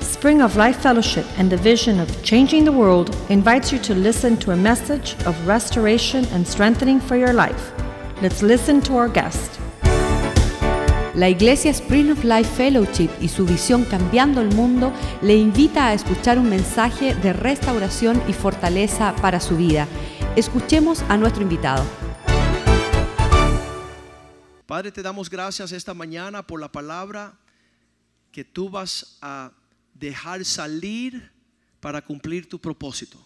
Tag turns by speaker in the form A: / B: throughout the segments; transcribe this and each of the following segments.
A: Spring of Life Fellowship and the vision of changing the world invites you to listen to a message of restoration and strengthening for your life. Let's listen to our guest.
B: La Iglesia Spring of Life Fellowship y su visión Cambiando el Mundo le invita a escuchar un mensaje de restauración y fortaleza para su vida. Escuchemos a nuestro invitado.
C: Padre, te damos gracias esta mañana por la palabra que tú vas a dejar salir para cumplir tu propósito.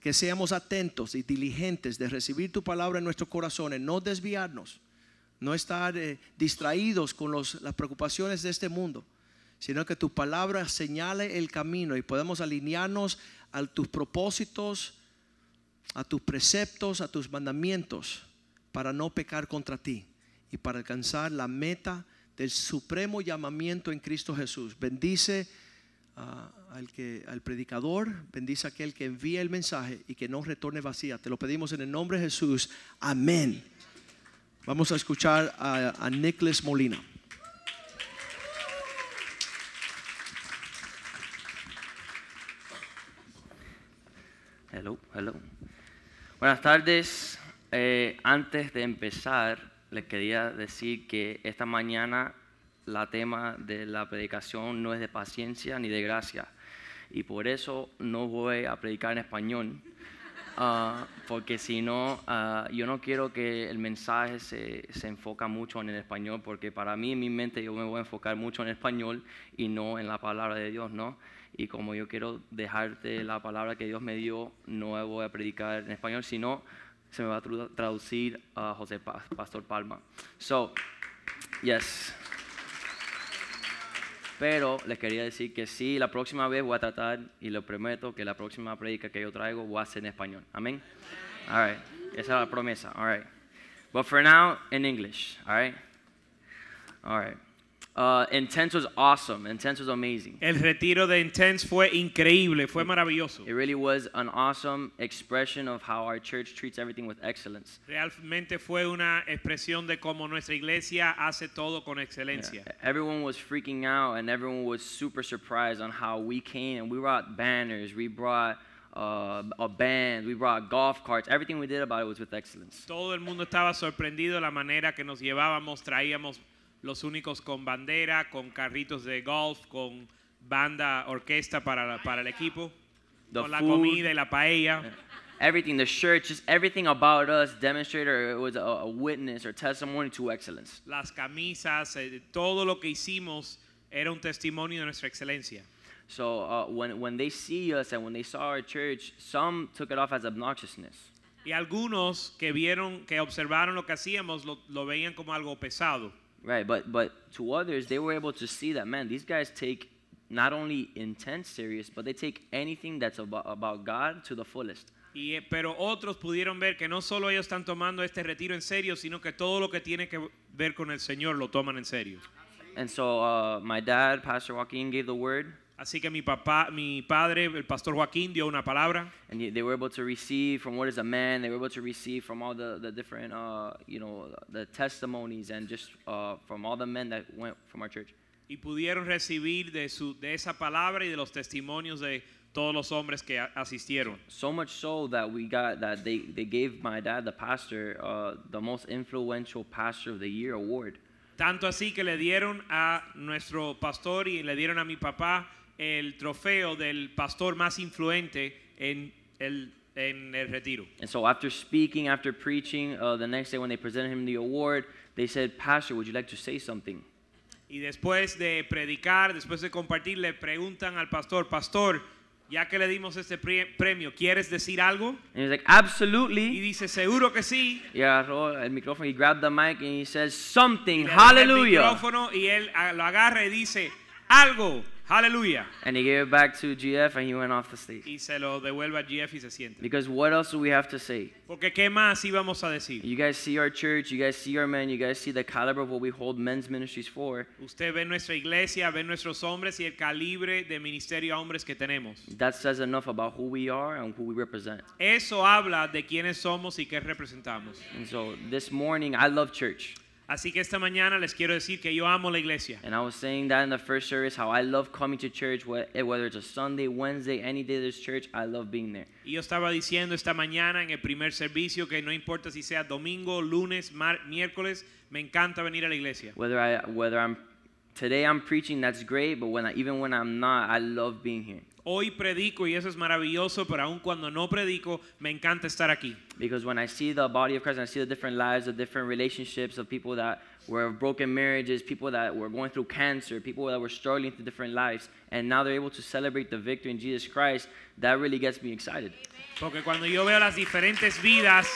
C: Que seamos atentos y diligentes de recibir tu palabra en nuestros corazones, no desviarnos, no estar eh, distraídos con los, las preocupaciones de este mundo, sino que tu palabra señale el camino y podemos alinearnos a tus propósitos, a tus preceptos, a tus mandamientos, para no pecar contra ti y para alcanzar la meta del supremo llamamiento en Cristo Jesús. Bendice uh, al, que, al predicador, bendice a aquel que envía el mensaje y que no retorne vacía. Te lo pedimos en el nombre de Jesús. Amén. Vamos a escuchar a, a Nicholas Molina.
D: Hello, hello. Buenas tardes. Eh, antes de empezar, les quería decir que esta mañana la tema de la predicación no es de paciencia ni de gracia. Y por eso no voy a predicar en español, uh, porque si no, uh, yo no quiero que el mensaje se, se enfoca mucho en el español, porque para mí en mi mente yo me voy a enfocar mucho en el español y no en la palabra de Dios, ¿no? y como yo quiero dejarte la palabra que Dios me dio, no voy a predicar en español, sino se me va a traducir a José pa Pastor Palma. So, yes. Pero les quería decir que sí, la próxima vez voy a tratar, y lo prometo, que la próxima predica que yo traigo voy a ser en español. Amén. All right. Esa era la promesa. All right. But for now, in English. All right. All right. Uh, Intense was awesome. Intense was amazing.
E: El retiro de Intense fue increíble, fue maravilloso.
D: It really was an awesome expression of how our church treats everything with excellence.
E: Realmente fue una expresión de cómo nuestra iglesia hace todo con excelencia.
D: Everyone was freaking out and everyone was super surprised on how we came and we brought banners, we brought uh, a band, we brought golf carts. Everything we did about it was with excellence.
E: Todo el mundo estaba sorprendido de la manera que nos llevábamos, traíamos los únicos con bandera, con carritos de golf, con banda, orquesta para, la- para el equipo,
D: The
E: con la
D: food.
E: comida y la paella.
D: Everything, the shirt, just everything about us demonstrated or it was a, a witness or testimony to excellence.
E: Las camisas, eh, todo lo que hicimos era un testimonio de nuestra excelencia.
D: So uh, when, when they see us and when they saw our church, some took it off as obnoxiousness.
E: Y algunos que vieron, que observaron lo que hacíamos, lo, lo veían como algo pesado.
D: Right, but but to others, they were able to see that man, these guys take not only intense serious, but they take anything that's about, about God to the fullest.
E: Y, eh, pero otros pudieron ver que no solo ellos están tomando este retiro en serio, sino que todo lo que tiene que ver con el Señor lo toman en serio.
D: And so uh, my dad, Pastor Joaquin, gave the word,
E: Así que mi papá, mi padre, el pastor Joaquín dio una palabra.
D: and he- they were able to receive from what is a man. They were able to receive from all the the different, uh, you know, the testimonies and just uh, from all the men that went from our church.
E: y pudieron recibir de, su, de esa palabra y de los testimonios de todos los hombres que a- asistieron.
D: So much so that we got that they, they gave my dad, the pastor, uh, the most influential pastor of the year award.
E: Tanto así que le dieron a nuestro pastor y le dieron a mi papá el trofeo del pastor más influente en el, en el retiro.
D: And so after speaking, after preaching, uh, the next day when they presented him the award, they said, Pastor, would you like to say something?
E: Y después de predicar, después de compartir, le preguntan al pastor, pastor, ya que le dimos este pre- premio, ¿quieres decir algo?
D: And he's like,
E: Y
D: absolutely.
E: dice, seguro que sí.
D: Y agarró el micrófono, he grabbed the mic and he says, something,
E: Le da el
D: hallelujah.
E: micrófono y él ah, lo agarra y dice, algo, aleluya.
D: And he gave it back to GF and he went off the stage.
E: y se lo devuelve a GF y se siente.
D: Because what else do we have to say?
E: Porque qué más íbamos a decir.
D: You guys see our church, you guys see our men, you guys see the caliber of what we hold men's ministries for.
E: Usted ve nuestra iglesia, ve nuestros hombres y el calibre de ministerio a hombres que tenemos.
D: That says enough about who we are and who we represent.
E: Eso habla de quiénes somos y qué representamos.
D: And so this morning, I love church.
E: Así que esta mañana les quiero decir que yo amo la iglesia.
D: And I was saying that in the first service how I love coming to church, wh- eh, whether it's a Sunday, Wednesday, any day there's church, I love being there.
E: Y yo estaba diciendo esta mañana en el primer servicio que no importa si sea domingo, lunes, mar- miércoles, me encanta venir a la iglesia.
D: Whether I whether I'm today I'm preaching, that's great, but when I, even when I'm not, I love being here
E: Hoy predico y eso es maravilloso, pero aun cuando no predico, me encanta estar aquí.
D: because when I see the body of Christ, and I see the different lives, the different relationships of people that were of broken marriages, people that were going through cancer, people that were struggling through different lives, and now they're able to celebrate the victory in Jesus Christ. That really gets me excited.
E: Porque cuando yo veo las diferentes vidas,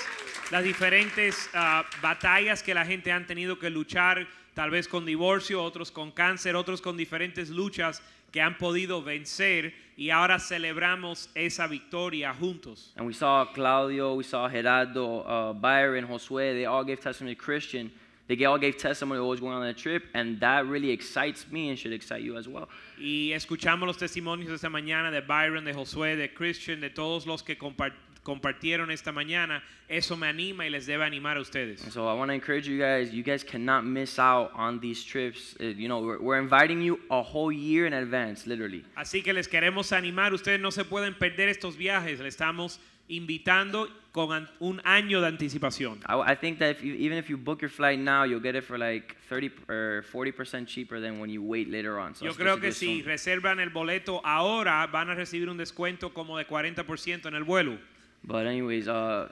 E: las diferentes ah, batallas que la gente han tenido que luchar, tal vez con divorcio, otros con cáncer, otros con diferentes luchas que han podido vencer y ahora celebramos esa victoria juntos.
D: And we saw Claudio, we saw Gerardo, uh, Byron, Josue, they all gave testimony Christian. They all gave testimony of what was going on in the trip, and that really excites me and should excite you as well.
E: Y escuchamos los testimonios esta mañana de Byron, de Josué, de Christian, de todos los que compar- compartieron esta mañana. Eso me anima y les debe animar a ustedes.
D: And so I want to encourage you guys, you guys cannot miss out on these trips. Uh, you know, we're, we're inviting you a whole year in advance, literally.
E: Así que les queremos animar, ustedes no se pueden perder estos viajes, le estamos invitando con an- un año de anticipación.
D: I, I think that if you, even if you book your flight now, you'll get it for like 30 or 40% cheaper than when you wait later on. So
E: Yo
D: it's
E: creo
D: supposed to
E: que
D: get
E: si
D: soon.
E: reservan el boleto ahora van a recibir un descuento como de 40% en el vuelo.
D: But anyways, uh,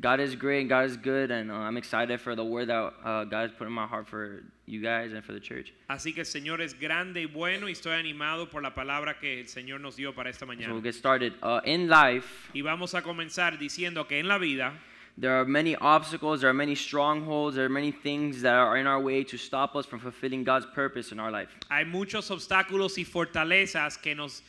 D: God is great and God is good, and uh, I'm excited for the word that uh, God has put in my heart for you guys and for the church.
E: Así que el Señor es grande y bueno y estoy animado por la palabra que el Señor nos dio para esta
D: So we'll
E: mañana.
D: get started. Uh, in life,
E: Y vamos a comenzar diciendo que en la vida
D: there are many obstacles, there are many strongholds, there are many things that are in our way to stop us from fulfilling God's purpose in our life.
E: hay muchos obstáculos y fortalezas que nos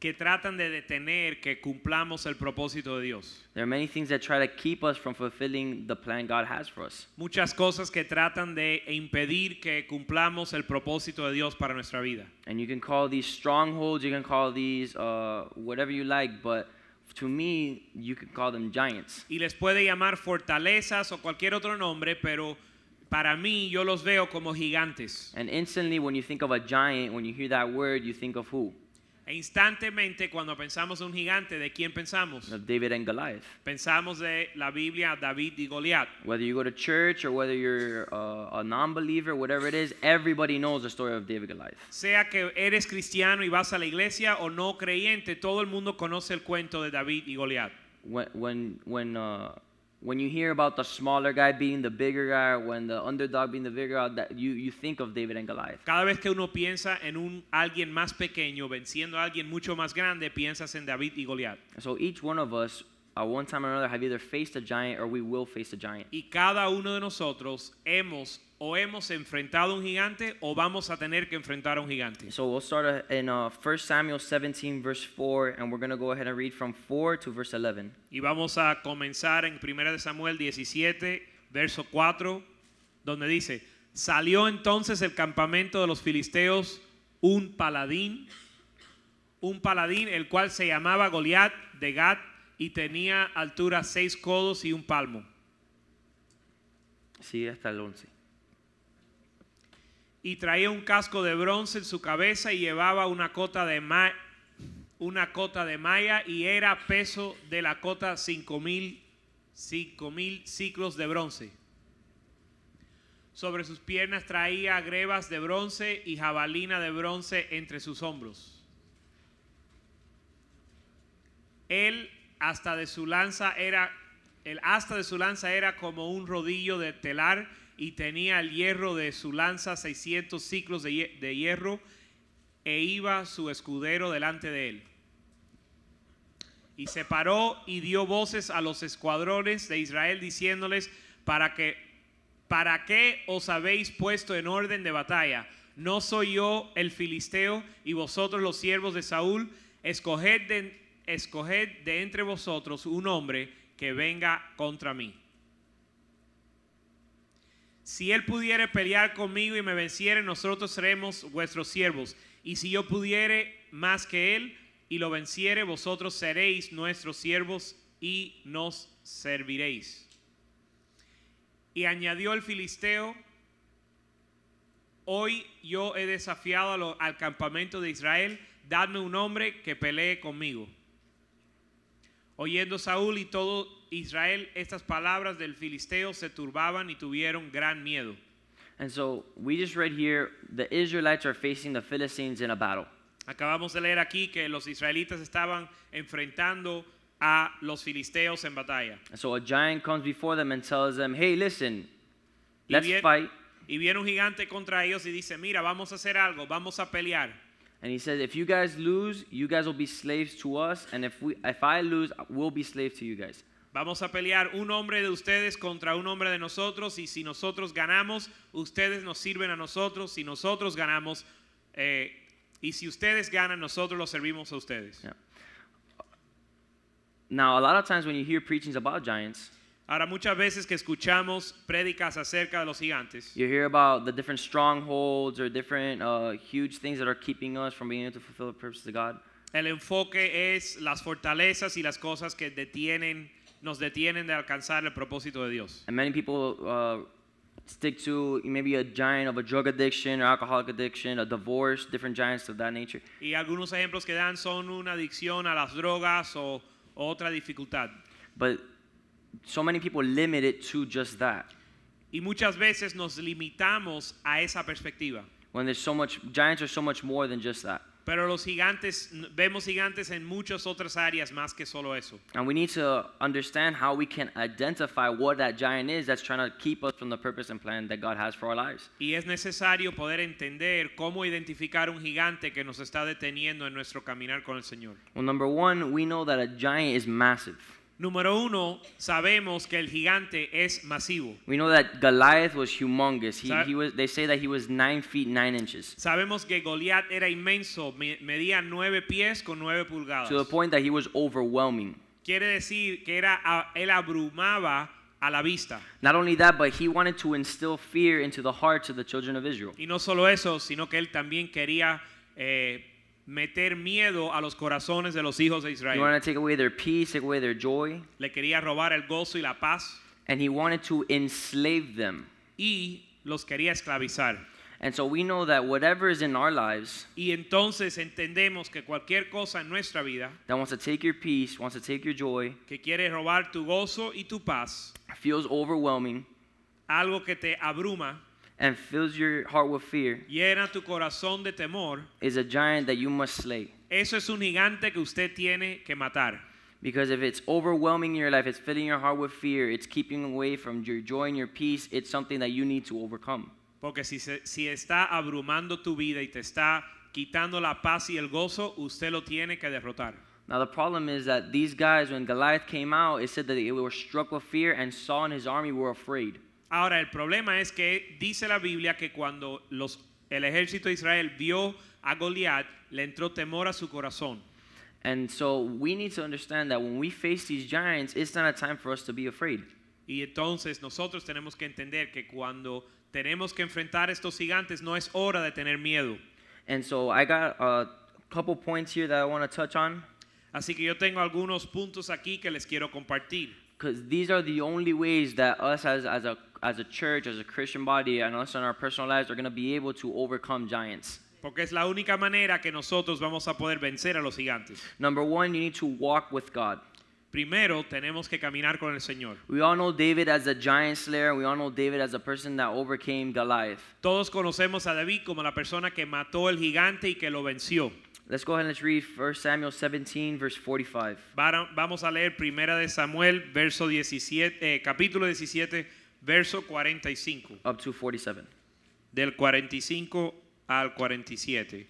E: que tratan de detener que cumplamos el propósito de Dios.
D: There are many things that try to keep us from fulfilling the plan God has for us.
E: muchas cosas que tratan de impedir que cumplamos el propósito de Dios para nuestra vida.
D: And you can call these strongholds, you can call these uh, whatever you like, but to me, you can call them giants.
E: Y les puede llamar fortalezas o cualquier otro nombre, pero para mí yo los veo como gigantes.
D: And instantly, when you think of a giant, when you hear that word, you think of who?
E: E instantemente cuando pensamos en un gigante, ¿de quién pensamos?
D: Of David and Goliath.
E: Pensamos de la Biblia, David y Goliat.
D: Whether you go to church or whether you're uh, a non believer, whatever it is, everybody knows the story of David and Goliath.
E: Sea que eres cristiano y vas a la iglesia o no creyente, todo el mundo conoce el cuento de David y Goliat.
D: when when when uh, when you hear about the smaller guy beating the bigger guy, when the underdog beating the bigger guy, that you, you think of David and Goliath.
E: Cada vez que uno piensa en un alguien más pequeño venciendo a alguien mucho más grande, piensas en David y Goliat.
D: And so each one of us, at one time or another, have either faced a giant or we will face a giant.
E: Y cada uno de nosotros hemos o hemos enfrentado a un gigante o vamos a tener que enfrentar a un gigante.
D: So we'll start uh, in uh, 1 Samuel 17, verse 4, and we're going to go ahead and read from 4 to verse 11.
E: Y vamos a comenzar en 1 de Samuel 17, verso 4, donde dice, salió entonces el campamento de los filisteos un paladín, un paladín el cual se llamaba Goliat de Gat y tenía altura seis codos y un palmo.
D: Sí, hasta el 11.
E: y traía un casco de bronce en su cabeza y llevaba una cota de ma- una cota de malla y era peso de la cota cinco mil cinco mil ciclos de bronce. Sobre sus piernas traía grebas de bronce y jabalina de bronce entre sus hombros. Él hasta de su lanza era el asta de su lanza era como un rodillo de telar y tenía el hierro de su lanza 600 ciclos de, hie- de hierro e iba su escudero delante de él. Y se paró y dio voces a los escuadrones de Israel diciéndoles para que para qué os habéis puesto en orden de batalla? No soy yo el filisteo y vosotros los siervos de Saúl, escoged de, escoged de entre vosotros un hombre que venga contra mí. Si él pudiere pelear conmigo y me venciere, nosotros seremos vuestros siervos. Y si yo pudiere más que él y lo venciere, vosotros seréis nuestros siervos y nos serviréis. Y añadió el filisteo, Hoy yo he desafiado a lo- al campamento de Israel, dadme un hombre que pelee conmigo. Oyendo Saúl y todo Israel estas palabras del filisteo, se turbaban y tuvieron gran miedo.
D: And so we just read here the Israelites are facing the Philistines in a battle.
E: Acabamos de leer aquí que los israelitas estaban enfrentando a los filisteos en batalla.
D: And so a giant comes before them and tells them, hey, listen,
E: Y
D: let's
E: vie-
D: fight.
E: y viene un gigante contra ellos y dice, mira, vamos a hacer algo, vamos a pelear.
D: And he says, if you guys lose, you guys will be slaves to us. And if, we, if I lose, we'll be slaves to you guys.
E: Vamos a pelear un hombre de ustedes contra un hombre de nosotros y si nosotros ganamos, ustedes nos sirven a nosotros, si nosotros ganamos, eh, y si ustedes ganan, nosotros los servimos a ustedes.
D: Yeah. Now, a lot of times when you hear preachings about giants,
E: Ahora, muchas veces que escuchamos prédicas acerca de los gigantes,
D: you hear about the different strongholds or different uh, huge things that are keeping us from being able to fulfill the purposes of God.
E: el enfoque es las fortalezas y las cosas que detienen, nos detienen de alcanzar el propósito de Dios.
D: And many people uh, stick to maybe a giant of a drug addiction or alcoholic addiction, a divorce, different giants of that nature.
E: Y algunos ejemplos que dan son una adicción a las drogas o otra dificultad.
D: But so many people limit it to just that.
E: Y muchas veces nos limitamos a esa perspectiva.
D: When there's so much, giants are so much more than just that.
E: Pero los gigantes, n- vemos gigantes en muchas otras áreas más que solo eso.
D: And we need to understand how we can identify what that giant is that's trying to keep us from the purpose and plan that God has for our lives.
E: Y es necesario poder entender cómo identificar un gigante que nos está deteniendo en nuestro caminar con el Señor.
D: Well, number one, we know that a giant is massive.
E: Número uno, sabemos que el gigante es masivo.
D: We know that Goliath was humongous. He,
E: Sa-
D: he was, they say that he was nine feet nine inches.
E: Sabemos que Goliat era inmenso, me- medía nueve pies con nueve pulgadas.
D: To the point that he was overwhelming.
E: Quiere decir que era, a- él abrumaba a la vista.
D: Not only that, but he wanted to instill fear into the hearts of the children of Israel.
E: Y no solo eso, sino que él también quería eh, meter miedo a los corazones de los hijos de
D: He
E: Israel.
D: wanted to take away their peace, take away their joy,
E: Le quería robar el gozo y la paz
D: and he wanted to enslave them.
E: y los quería esclavizar.
D: And so we know that whatever is in our lives
E: Y entonces entendemos que cualquier cosa en nuestra vida
D: that wants to take your peace, wants to take your joy,
E: que quiere robar tu gozo y tu paz,
D: feels overwhelming,
E: algo que te abruma,
D: and fills your heart with fear,
E: llena tu corazón de temor,
D: is a giant that you must slay.
E: eso es un gigante que usted tiene que matar.
D: Because if it's overwhelming your life, it's filling your heart with fear, it's keeping away from your joy and your peace, it's something that you need to overcome.
E: Porque si, se- si está abrumando tu vida y te está quitando la paz y el gozo, usted lo tiene que derrotar.
D: Now the problem is that these guys, when Goliath came out, it said that they were struck with fear, and Saul and his army were afraid.
E: Ahora, el problema es que dice la Biblia que cuando los, el ejército de Israel vio a Goliat, le entró temor a su corazón.
D: And so we need to understand that when we face these giants, it's not a time for us to be afraid.
E: Y entonces nosotros tenemos que entender que cuando tenemos que enfrentar a estos gigantes, no es hora de tener miedo.
D: And so I got a couple points here that I want to touch on,
E: Así que yo tengo algunos puntos aquí que les quiero compartir.
D: because these are the only ways that us as, as a as a church, as a Christian body, and us in our personal lives are going to be able to overcome giants.
E: Porque es la única manera que nosotros vamos a poder vencer a los gigantes.
D: Number one, you need to walk with God.
E: Primero tenemos que caminar con el Señor.
D: We all know David as a giant slayer. We all know David as a person that overcame Goliath.
E: Todos conocemos a David como la persona que mató el gigante y que lo venció.
D: Let's go ahead and let's read 1 Samuel 17, verse 45.
E: Vara- Vamos a leer primera de Samuel, verso 17, eh, capítulo 17, verso 45,
D: Up to 47.
E: del 45 al 47.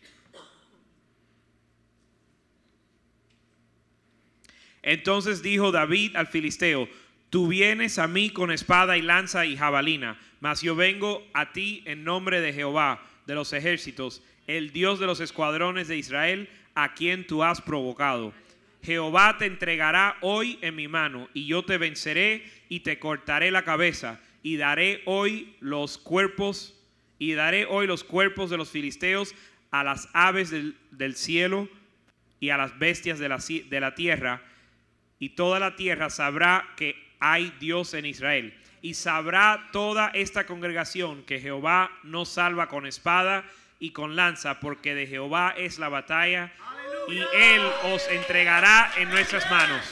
E: Entonces dijo David al filisteo, tú vienes a mí con espada y lanza y jabalina, mas yo vengo a ti en nombre de Jehová, de los ejércitos, el Dios de los escuadrones de Israel, a quien tú has provocado. Jehová te entregará hoy en mi mano, y yo te venceré y te cortaré la cabeza, y daré hoy los cuerpos, y daré hoy los cuerpos de los filisteos a las aves del, del cielo y a las bestias de la, ci- de la tierra, y toda la tierra sabrá que hay Dios en Israel. y sabrá toda esta congregación que Jehová no salva con espada y con lanza, porque de Jehová es la batalla y él os entregará en nuestras manos.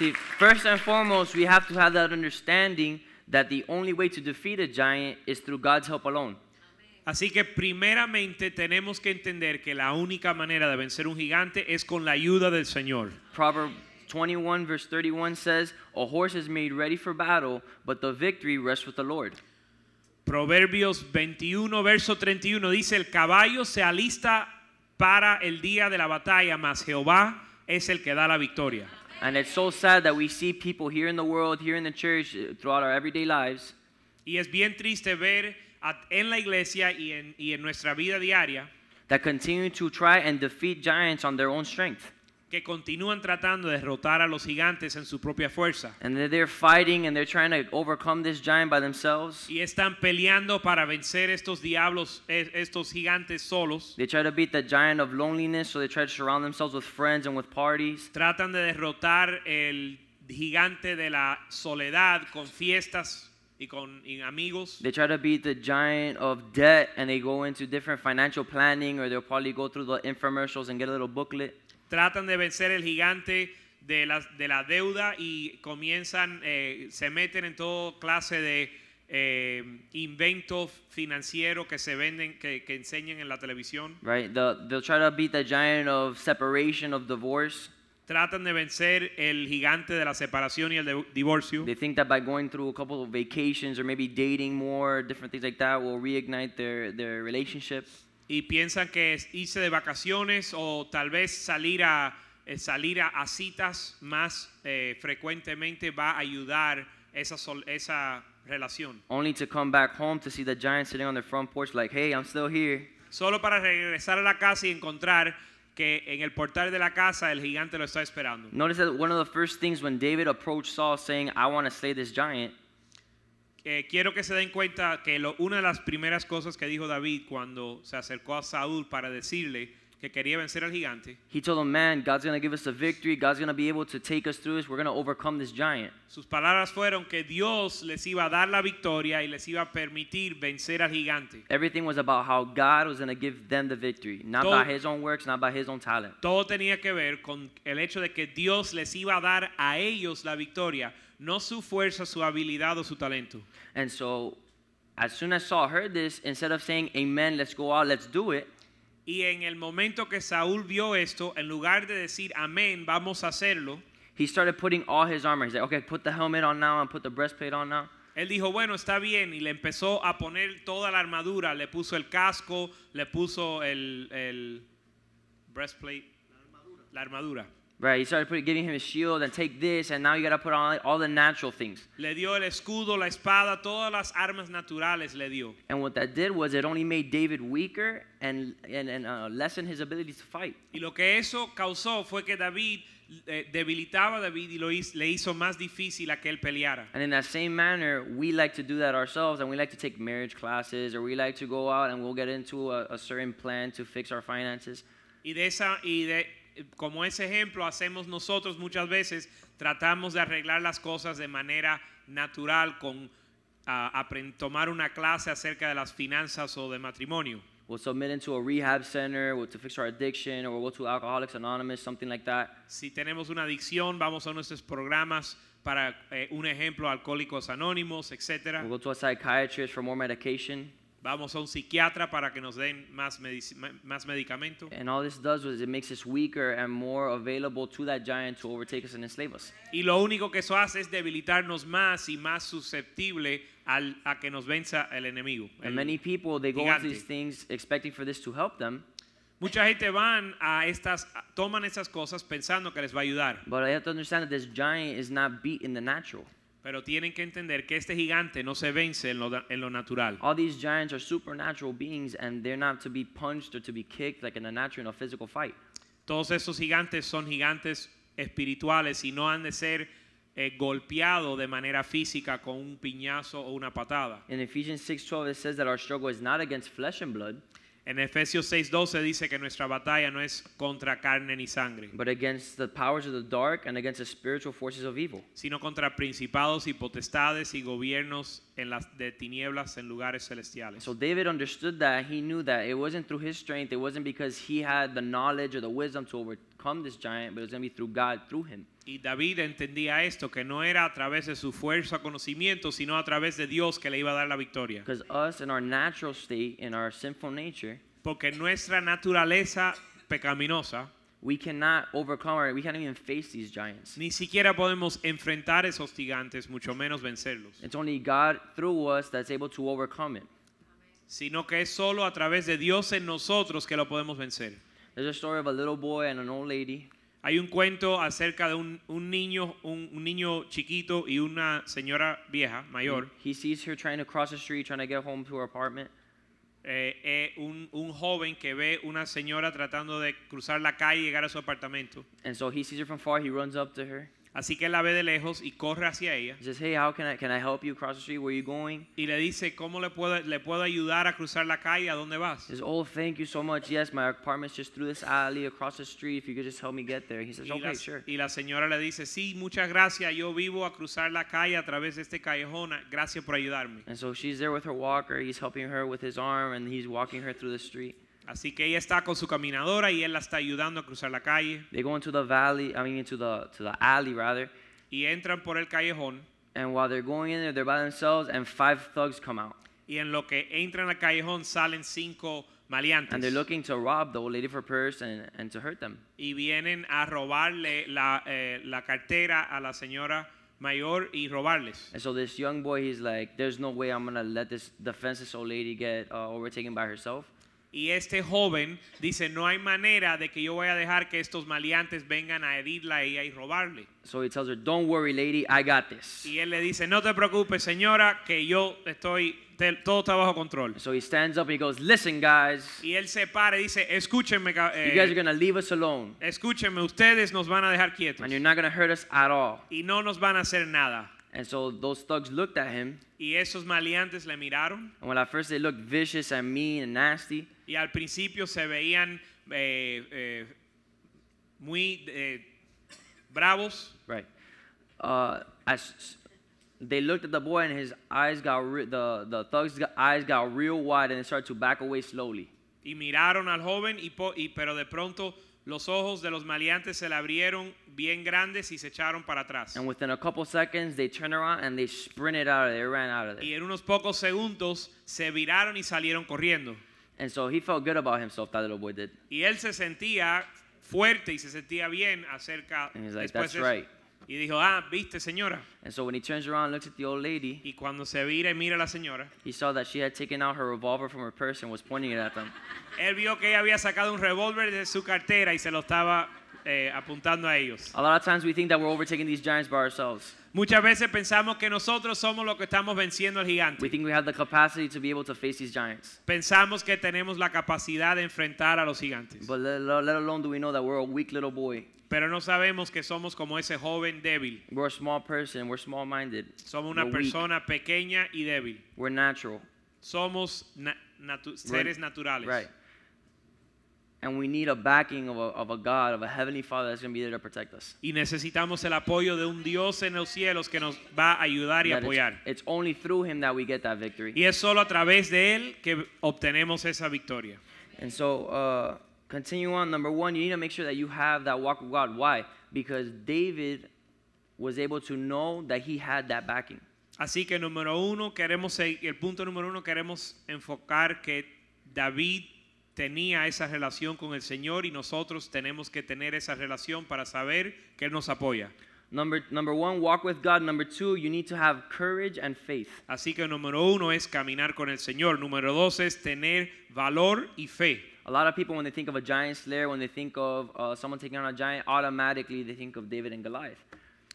D: See, first and foremost, we have to have that understanding that the only way to defeat a giant is through God's help alone.
E: Así que primeramente tenemos que entender que la única manera de vencer un gigante es con la ayuda del Señor.
D: Proverb 21, verse 31 says, A horse is made ready for battle, but the victory rests with the Lord.
E: Proverbios 21, verso 31 dice, el caballo se alista para el día de la batalla, mas Jehová es el que da la victoria.
D: And it's so sad that we see people here in the world, here in the church, uh, throughout our everyday lives,
E: Y es bien triste ver a- en la iglesia y en, y en nuestra vida diaria
D: that continue to try and defeat giants on their own strength.
E: que continúan tratando de derrotar a los gigantes en su propia fuerza.
D: And they're there fighting and they're trying to overcome this giant by themselves.
E: Y están peleando para vencer estos diablos, es- estos gigantes solos.
D: They try to beat the giant of loneliness, so they try to surround themselves with friends and with parties.
E: Tratan de derrotar el gigante de la soledad con fiestas y con y amigos.
D: They try to beat the giant of debt and they go into different financial planning or they'll probably go through the infomercials and get a little booklet.
E: Tratan de vencer el gigante de la, de la deuda y comienzan, eh, se meten en todo clase de eh, inventos financieros que se venden, que, que enseñan en la televisión.
D: Right? The, they'll try to beat the giant of separation, of divorce.
E: Tratan de vencer el gigante de la separación y el de- divorcio.
D: They think that by going through a couple of vacations or maybe dating more, different things like that, will reignite their, their relationships.
E: y piensan que es irse de vacaciones o tal vez salir a eh, salir a, a citas más eh, frecuentemente va a ayudar esa sol- esa relación.
D: Only to come back home to see the giant sitting on their front porch, like, hey, I'm still here.
E: Solo para regresar a la casa y encontrar que en el portal de la casa el gigante lo está esperando.
D: Notice that one of the first things when David approached Saul saying, I want to slay this giant,
E: Eh, quiero que se den cuenta que lo- una de las primeras cosas que dijo David cuando se acercó a Saúl para decirle que quería vencer al gigante,
D: he told him, Man, God's going to give us a victory. God's going to be able to take us through this. We're going to overcome this giant.
E: sus palabras fueron que Dios les iba a dar la victoria y les iba a permitir vencer al gigante.
D: Everything was about how God was going to give them the victory, not by
E: Todo-
D: his own works, not by his own talent.
E: Todo tenía que ver con el hecho de que Dios les iba a dar a ellos la victoria, no su fuerza, su habilidad o su talento.
D: And so, as soon as Saul heard this, instead of saying, Amen, let's go out, let's do it,
E: Y en el momento que Saúl vio esto, en lugar de decir amén, vamos a hacerlo,
D: he started putting all his armor. He's like, Okay, put the helmet on now and put the breastplate on now.
E: él dijo, bueno, está bien, y le empezó a poner toda la armadura, le puso el casco, le puso el, el breastplate, la armadura.
D: Right? He started putting, giving him his shield and take this, and now you got to put on all the natural things.
E: Le dio el escudo, la espada, todas las armas naturales le dio.
D: And what that did was it only made David weaker and, and, and uh, lessened his ability to fight.
E: Y lo que eso causó fue que David eh, debilitaba a David y lo hiz- le hizo más difícil a que él peleara.
D: And in that same manner, we like to do that ourselves, and we like to take marriage classes, or we like to go out and we'll get into a, a certain plan to fix our finances.
E: Y de esa y de como ese ejemplo hacemos nosotros muchas veces tratamos de arreglar las cosas de manera natural con ah, apren- tomar una clase acerca de las finanzas o de matrimonio.
D: We'll submit into a rehab center, we'll to fix our addiction, or we'll go to Alcoholics Anonymous, something like that.
E: Si tenemos una adicción, vamos a nuestros programas para eh, un ejemplo alcohólicos anónimos, etcétera.
D: We'll go to a psychiatrist for more medication.
E: Vamos a un psiquiatra para que nos den más medic- ma- más medicamento.
D: And all this does was it makes us weaker and more available to that giant to overtake us and enslave us.
E: Y lo único que eso hace es debilitarnos más y más susceptible al- a que nos venza el enemigo.
D: And
E: el-
D: many people, they go into
E: Gigante.
D: these things expecting for this to help them,
E: Mucha gente van a estas, a- toman estas cosas pensando que les va a ayudar,
D: but they have to understand that this giant is not beat in the natural.
E: pero tienen que entender que este gigante no se vence en lo, da- en lo natural.
D: All these giants are supernatural beings and they're not to be punched or to be kicked like in a natural, in a physical fight.
E: Todos estos gigantes son gigantes espirituales y no han de ser eh, golpeados de manera física con un piñazo o una patada.
D: In Ephesians 6:12 it says that our struggle is not against flesh and blood,
E: En Efesios 6:12 dice que nuestra batalla no es contra carne ni sangre,
D: but against the powers of the dark and against the spiritual forces of evil,
E: sino contra principados y potestades y gobiernos en las de tinieblas en lugares celestiales.
D: So David understood that. He knew that it wasn't through his strength, it wasn't because he had the knowledge or the wisdom to overcome this giant, but it was going to be through God through him.
E: Y David entendía esto, que no era a través de su fuerza o conocimiento, sino a través de Dios que le iba a dar la victoria.
D: Because us in our natural state, in our sinful nature,
E: Porque nuestra naturaleza pecaminosa,
D: we cannot overcome or we can't even face these giants.
E: ni siquiera podemos enfrentar esos gigantes, mucho menos vencerlos,
D: It's only God through us that's able to overcome it.
E: sino que es solo a través de Dios en nosotros que lo podemos vencer.
D: There's a story of a little boy and an old lady.
E: Hay un cuento acerca de un, un niño, un, un niño chiquito y una señora vieja, mayor.
D: He sees her trying to cross the street, trying to get home to her apartment.
E: Eh, eh, un, un joven que ve una señora tratando de cruzar la calle y llegar a su apartamento.
D: And so he sees her from far. He runs up to her.
E: Así que él la ve de lejos y corre hacia ella
D: He says, "Hey, how can I can I help you cross the street? Where are you going?"
E: y le dice, ¿cómo le puedo, le puedo ayudar a cruzar la calle? ¿A dónde vas?
D: He says, "Oh, thank you so much. Yes, my apartment's just through this alley across the street. If you could just help me get there." He says,
E: Y la,
D: "Okay, sure."
E: y la señora le dice, sí, muchas gracias, yo vivo a cruzar la calle a través de este callejón, gracias por ayudarme.
D: And so she's there with her walker. He's helping her with his arm, and he's walking her through the street.
E: Así que ella está con su caminadora y él la está ayudando a cruzar la calle
D: They go into the valley. I mean, into the to the alley rather.
E: y entran por el callejón
D: And while they're going in there, they're by themselves, and five thugs come out,
E: y en lo que entran al callejón salen cinco
D: and they're
E: maleantes
D: looking to rob the old lady of her purse and, and to hurt them.
E: y vienen a robarle la, eh, la cartera a la señora mayor y robarles.
D: And so this young boy, he's like, "There's no way I'm gonna let this defenseless old lady get uh, overtaken by herself."
E: Y este joven dice, no hay manera de que yo voy a dejar que estos maleantes vengan a herirla a ella y robarle.
D: So he tells her, "Don't worry, lady. I got this."
E: Y él le dice, no te preocupes, señora, que yo estoy, te- todo está bajo control.
D: So he stands up and he goes, Listen, guys,
E: Y él se para y dice, escúchenme, ca-
D: you guys are
E: eh,
D: going to leave us alone
E: escúchenme, ustedes nos van a dejar quietos
D: and you're not going to hurt us at all.
E: y no nos van a hacer nada.
D: And so those thugs looked at him.
E: Y esos maleantes le miraron
D: And when at first they looked vicious and mean and nasty,
E: y al principio se veían eh, eh, muy eh, bravos,
D: right? Uh, as they looked at the boy and his eyes got, re- the, the thugs' got- eyes got real wide and they started to back away slowly.
E: y miraron al joven, y po- y- pero de pronto los ojos de los maleantes se le abrieron bien grandes y se echaron para atrás.
D: And within a couple seconds, they turned around and they sprinted out of there, ran out of
E: Y
D: there.
E: en unos pocos segundos se viraron y salieron corriendo.
D: And so he felt good about himself, that little boy did.
E: Y él se sentía fuerte y se sentía bien acerca
D: And he's like, "That's
E: después de eso".
D: right.
E: Y dijo, ah, viste señora.
D: And so when he turns around and looks at the old lady,
E: Y cuando se vira y mira a la señora,
D: He saw that she had taken out her revolver from her purse and was pointing it at them.
E: él vio que ella había sacado un revólver de su cartera y se lo estaba eh, apuntando a ellos.
D: A lot of times we think that we're overtaking these giants by ourselves.
E: Muchas veces pensamos que nosotros somos los que estamos venciendo al
D: We
E: gigante.
D: think we have the capacity to be able to face these giants.
E: Pensamos que tenemos la capacidad de enfrentar a los gigantes.
D: But let, let let alone do we know that we're a weak little boy.
E: Pero no sabemos que somos como ese joven débil.
D: We're a small person. We're small minded.
E: Somos una
D: we're, weak.
E: persona pequeña y débil.
D: we're natural.
E: somos na- natu- seres naturales.
D: Right. And we need a backing of a, of a God, of a heavenly Father that's going to be there to protect us.
E: Y necesitamos el apoyo de un Dios en los cielos que nos va a ayudar y
D: That it's,
E: apoyar.
D: it's only through Him that we get that victory.
E: Y es solo a través de Él que obtenemos esa victoria.
D: And so, uh, continue on. Number one, you need to make sure that you have that walk with God. Why? Because David was able to know that he had that backing.
E: Así que número uno, queremos, se- el punto número uno, queremos enfocar que David tenía esa relación con el Señor y nosotros tenemos que tener esa relación para saber que Él nos apoya.
D: Number number one, walk with God. Number two, you need to have courage and faith.
E: Así que número uno es caminar con el Señor. Número dos es tener valor y fe.
D: A lot of people, when they think of a giant slayer, when they think of uh, someone taking on a giant, automatically they think of David and Goliath.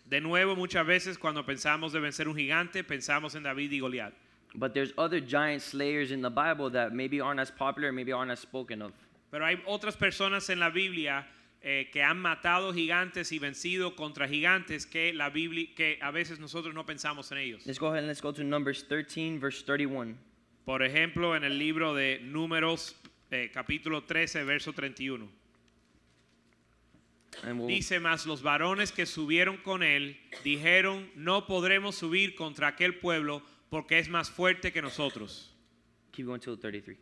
E: De nuevo, muchas veces cuando pensamos de vencer un gigante, pensamos en David y Goliat.
D: But there's other giant slayers in the Bible that maybe aren't as popular, maybe aren't as spoken of.
E: Pero hay otras personas en la Biblia eh, que han matado gigantes y vencido contra gigantes que la Biblia, que a veces nosotros no pensamos en ellos.
D: Let's go ahead and let's go to Numbers 13, verse 31.
E: Por ejemplo, en el libro de Números eh, capítulo 13, verso 31.
D: And we'll,
E: Dice más, los varones que subieron con él dijeron, no podremos subir contra aquel pueblo porque es más fuerte que nosotros.
D: keep going till 33.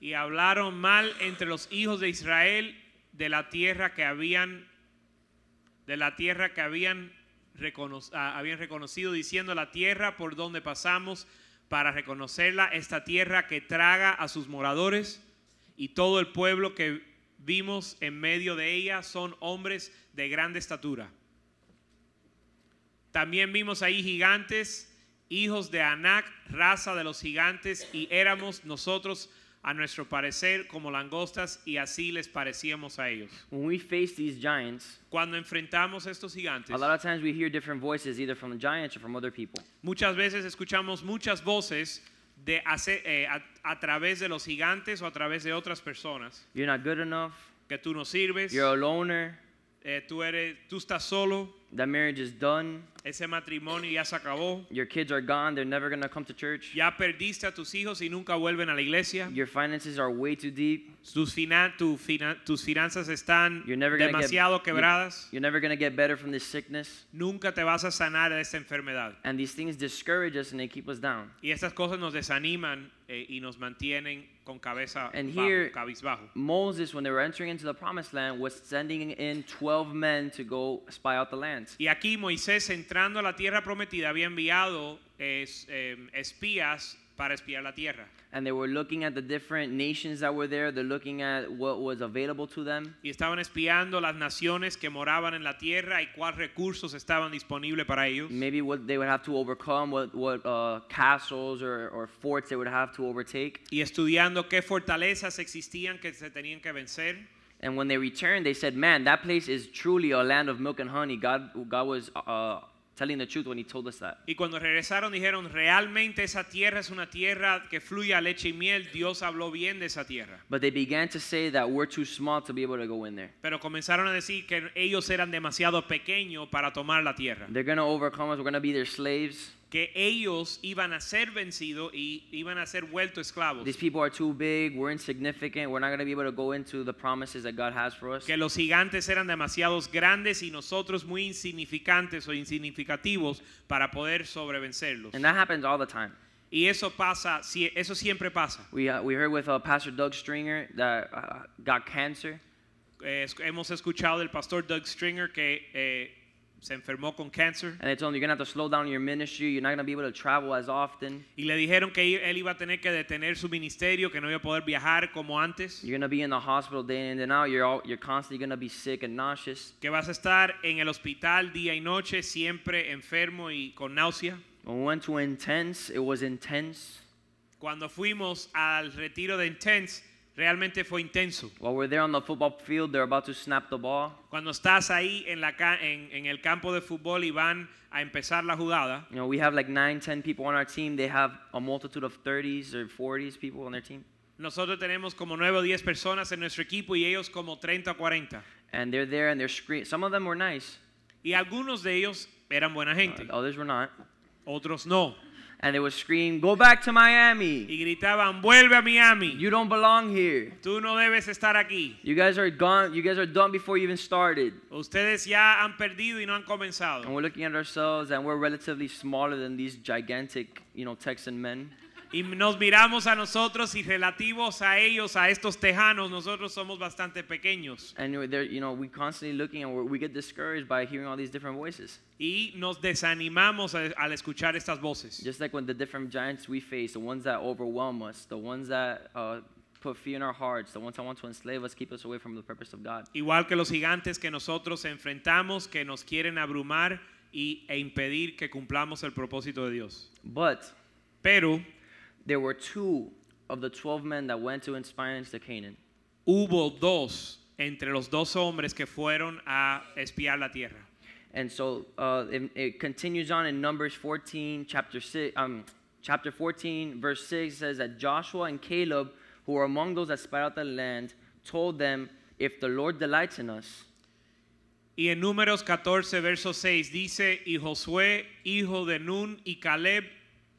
E: Y hablaron mal entre los hijos de Israel de la tierra que habían de la tierra que habían, recono- ah, habían reconocido, diciendo la tierra por donde pasamos para reconocerla, esta tierra que traga a sus moradores y todo el pueblo que vimos en medio de ella son hombres de grande estatura. También vimos ahí gigantes, hijos de Anac, raza de los gigantes, y éramos nosotros, a nuestro parecer, como langostas, y así les parecíamos a ellos.
D: When we face these giants,
E: Cuando enfrentamos estos gigantes,
D: a lot of times we hear different voices, either from the giants or from other people.
E: muchas veces escuchamos muchas voces de hace- eh, a, a través de los gigantes o a través de otras personas
D: You're not good enough.
E: que tú no sirves,
D: You're a loner.
E: eh, tú eres, tú estás solo,
D: That marriage is done.
E: ese matrimonio ya se acabó,
D: Your kids are gone. They're never going to come to church.
E: ya perdiste a tus hijos y nunca vuelven a la iglesia.
D: Your finances are way too deep.
E: Tus, finan- tu finan- tus finanzas están
D: You're never going to get
E: demasiado quebradas.
D: You're never going to get better from this sickness.
E: Nunca te vas a sanar de esta enfermedad.
D: And these things discourage us and they keep us down.
E: Y estas cosas nos desaniman eh, y nos mantienen con cabeza
D: And
E: bajo,
D: here-
E: cabizbajo.
D: Moses, when they were entering into the promised land, was sending in 12 men to go spy out the land.
E: Y aquí Moisés, entrando a la tierra prometida, había enviado es- em, espías para espiar la tierra.
D: And they were looking at the different nations that were there. They're looking at what was available to them.
E: Y estaban espiando las naciones que moraban en la tierra y cuáles recursos estaban disponibles para ellos.
D: Maybe what they would have to overcome, what, what uh, castles or, or forts they would have to overtake.
E: Y estudiando qué fortalezas existían que se tenían que vencer.
D: And when they returned, they said, Man, that place is truly a land of milk and honey. God, God was uh, telling the truth when He told us that.
E: Y cuando regresaron dijeron, realmente esa tierra es una tierra que fluye a leche y miel. Dios habló bien de esa tierra.
D: But they began to say that we're too small to be able to go in there.
E: Pero comenzaron a decir que ellos eran demasiado pequeños para tomar la tierra.
D: They're going to overcome us. We're going to be their slaves.
E: Que ellos iban a ser vencidos y iban a ser vueltos esclavos.
D: These people are too big. We're insignificant. We're not going to be able to go into the promises that God has for us.
E: Que los gigantes eran demasiados grandes y nosotros muy insignificantes o insignificativos para poder sobrevencerlos.
D: And that happens all the time.
E: Y eso pasa, si- eso siempre pasa.
D: We, uh, we heard with uh, Pastor Doug Stringer that uh, got cancer,
E: Eh, es- hemos escuchado del pastor Doug Stringer que eh, se enfermó con cáncer.
D: and they told him you're gonna have to slow down your ministry. You're not gonna be able to travel as often.
E: Y le dijeron que i- él iba a tener que detener su ministerio, que no iba a poder viajar como antes,
D: You're gonna be in the hospital day in and out. You're all, you're constantly gonna be sick and nauseous.
E: que vas a estar en el hospital día y noche, siempre enfermo y con náusea.
D: When we went to intense, it was intense.
E: Cuando fuimos al retiro de Intense, realmente fue intenso.
D: While we're there on the football field, they're about to snap the ball.
E: Cuando estás ahí en, la ca- en, en el campo de fútbol y van a empezar la jugada,
D: You know, we have like nine, ten people on our team. They have a multitude of 30s or 40s people on their team,
E: nosotros tenemos como 9 o 10 personas en nuestro equipo y ellos como 30 o 40.
D: and they're there and they're screaming. Some of them were nice,
E: Y algunos de ellos eran buena gente,
D: others were not,
E: otros no.
D: and they would scream, "Go back to Miami!
E: Y gritaban, vuelve a Miami,
D: You don't belong here."
E: tú no debes estar aquí.
D: You guys are gone. You guys are done before you even started.
E: Ustedes ya han perdido y no han
D: And
E: comenzado.
D: we're looking at ourselves, and we're relatively smaller than these gigantic, you know, Texan men.
E: Y nos miramos a nosotros y relativos a ellos, a estos tejanos, nosotros somos bastante pequeños.
D: And we're there, you know, we constantly looking, and we're, we get discouraged by hearing all these different voices.
E: Y nos desanimamos a- al escuchar estas voces.
D: Just like when the different giants we face, the ones that overwhelm us, the ones that uh, put fear in our hearts, the ones that want to enslave us, keep us away from the purpose of God.
E: Igual que los gigantes que nosotros enfrentamos, que nos quieren abrumar y, e impedir que cumplamos el propósito de Dios.
D: But
E: Pero
D: there were two of the twelve men that went to inspire into Canaan.
E: hubo dos entre los dos hombres que fueron a espiar la tierra.
D: And so uh, it, it continues on in Numbers 14, chapter six, um, chapter 14, verse 6 says that Joshua and Caleb, who were among those that spied out the land, told them, "If the Lord delights in us,
E: Y en Números 14, verso 6 dice, y Josué, hijo de Nun, y Caleb,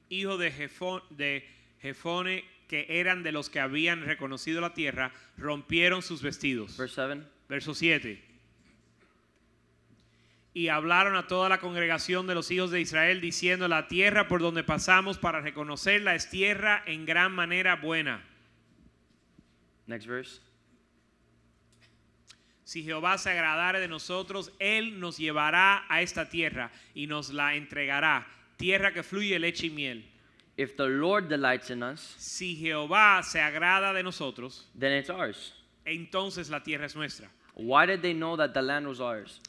E: hijo de Jefón- de Jefone, que eran de los que habían reconocido la tierra, rompieron sus vestidos.
D: Verse 7.
E: Verso 7. Y hablaron a toda la congregación de los hijos de Israel diciendo, la tierra por donde pasamos para reconocerla es tierra en gran manera buena.
D: Next verse.
E: Si Jehová se agradare de nosotros, Él nos llevará a esta tierra y nos la entregará, tierra que fluye leche y miel.
D: If the Lord delights in us,
E: Si Jehová se agrada de nosotros,
D: then it's ours.
E: entonces la tierra es nuestra.
D: Why did they know that the land was ours?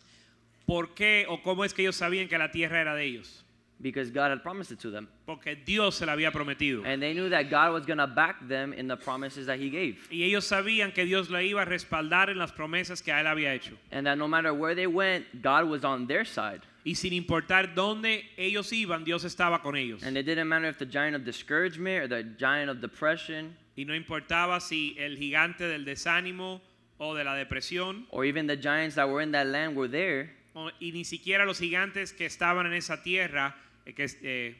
E: ¿Por qué o cómo es que ellos sabían que la tierra era de ellos?
D: Because God had promised it to them.
E: Porque Dios se la había prometido.
D: And they knew that God was going to back them in the promises that He gave.
E: Y ellos sabían que Dios la iba a respaldar en las promesas que a él había hecho.
D: And that no matter where they went, God was on their side.
E: Y sin importar dónde ellos iban, Dios estaba con ellos.
D: And it didn't matter if the giant of discouragement or the giant of depression
E: Y no importaba si el gigante del desánimo o de la depresión,
D: or even the giants that were in that land were there,
E: o- y ni siquiera los gigantes que estaban en esa tierra, eh, que es- eh,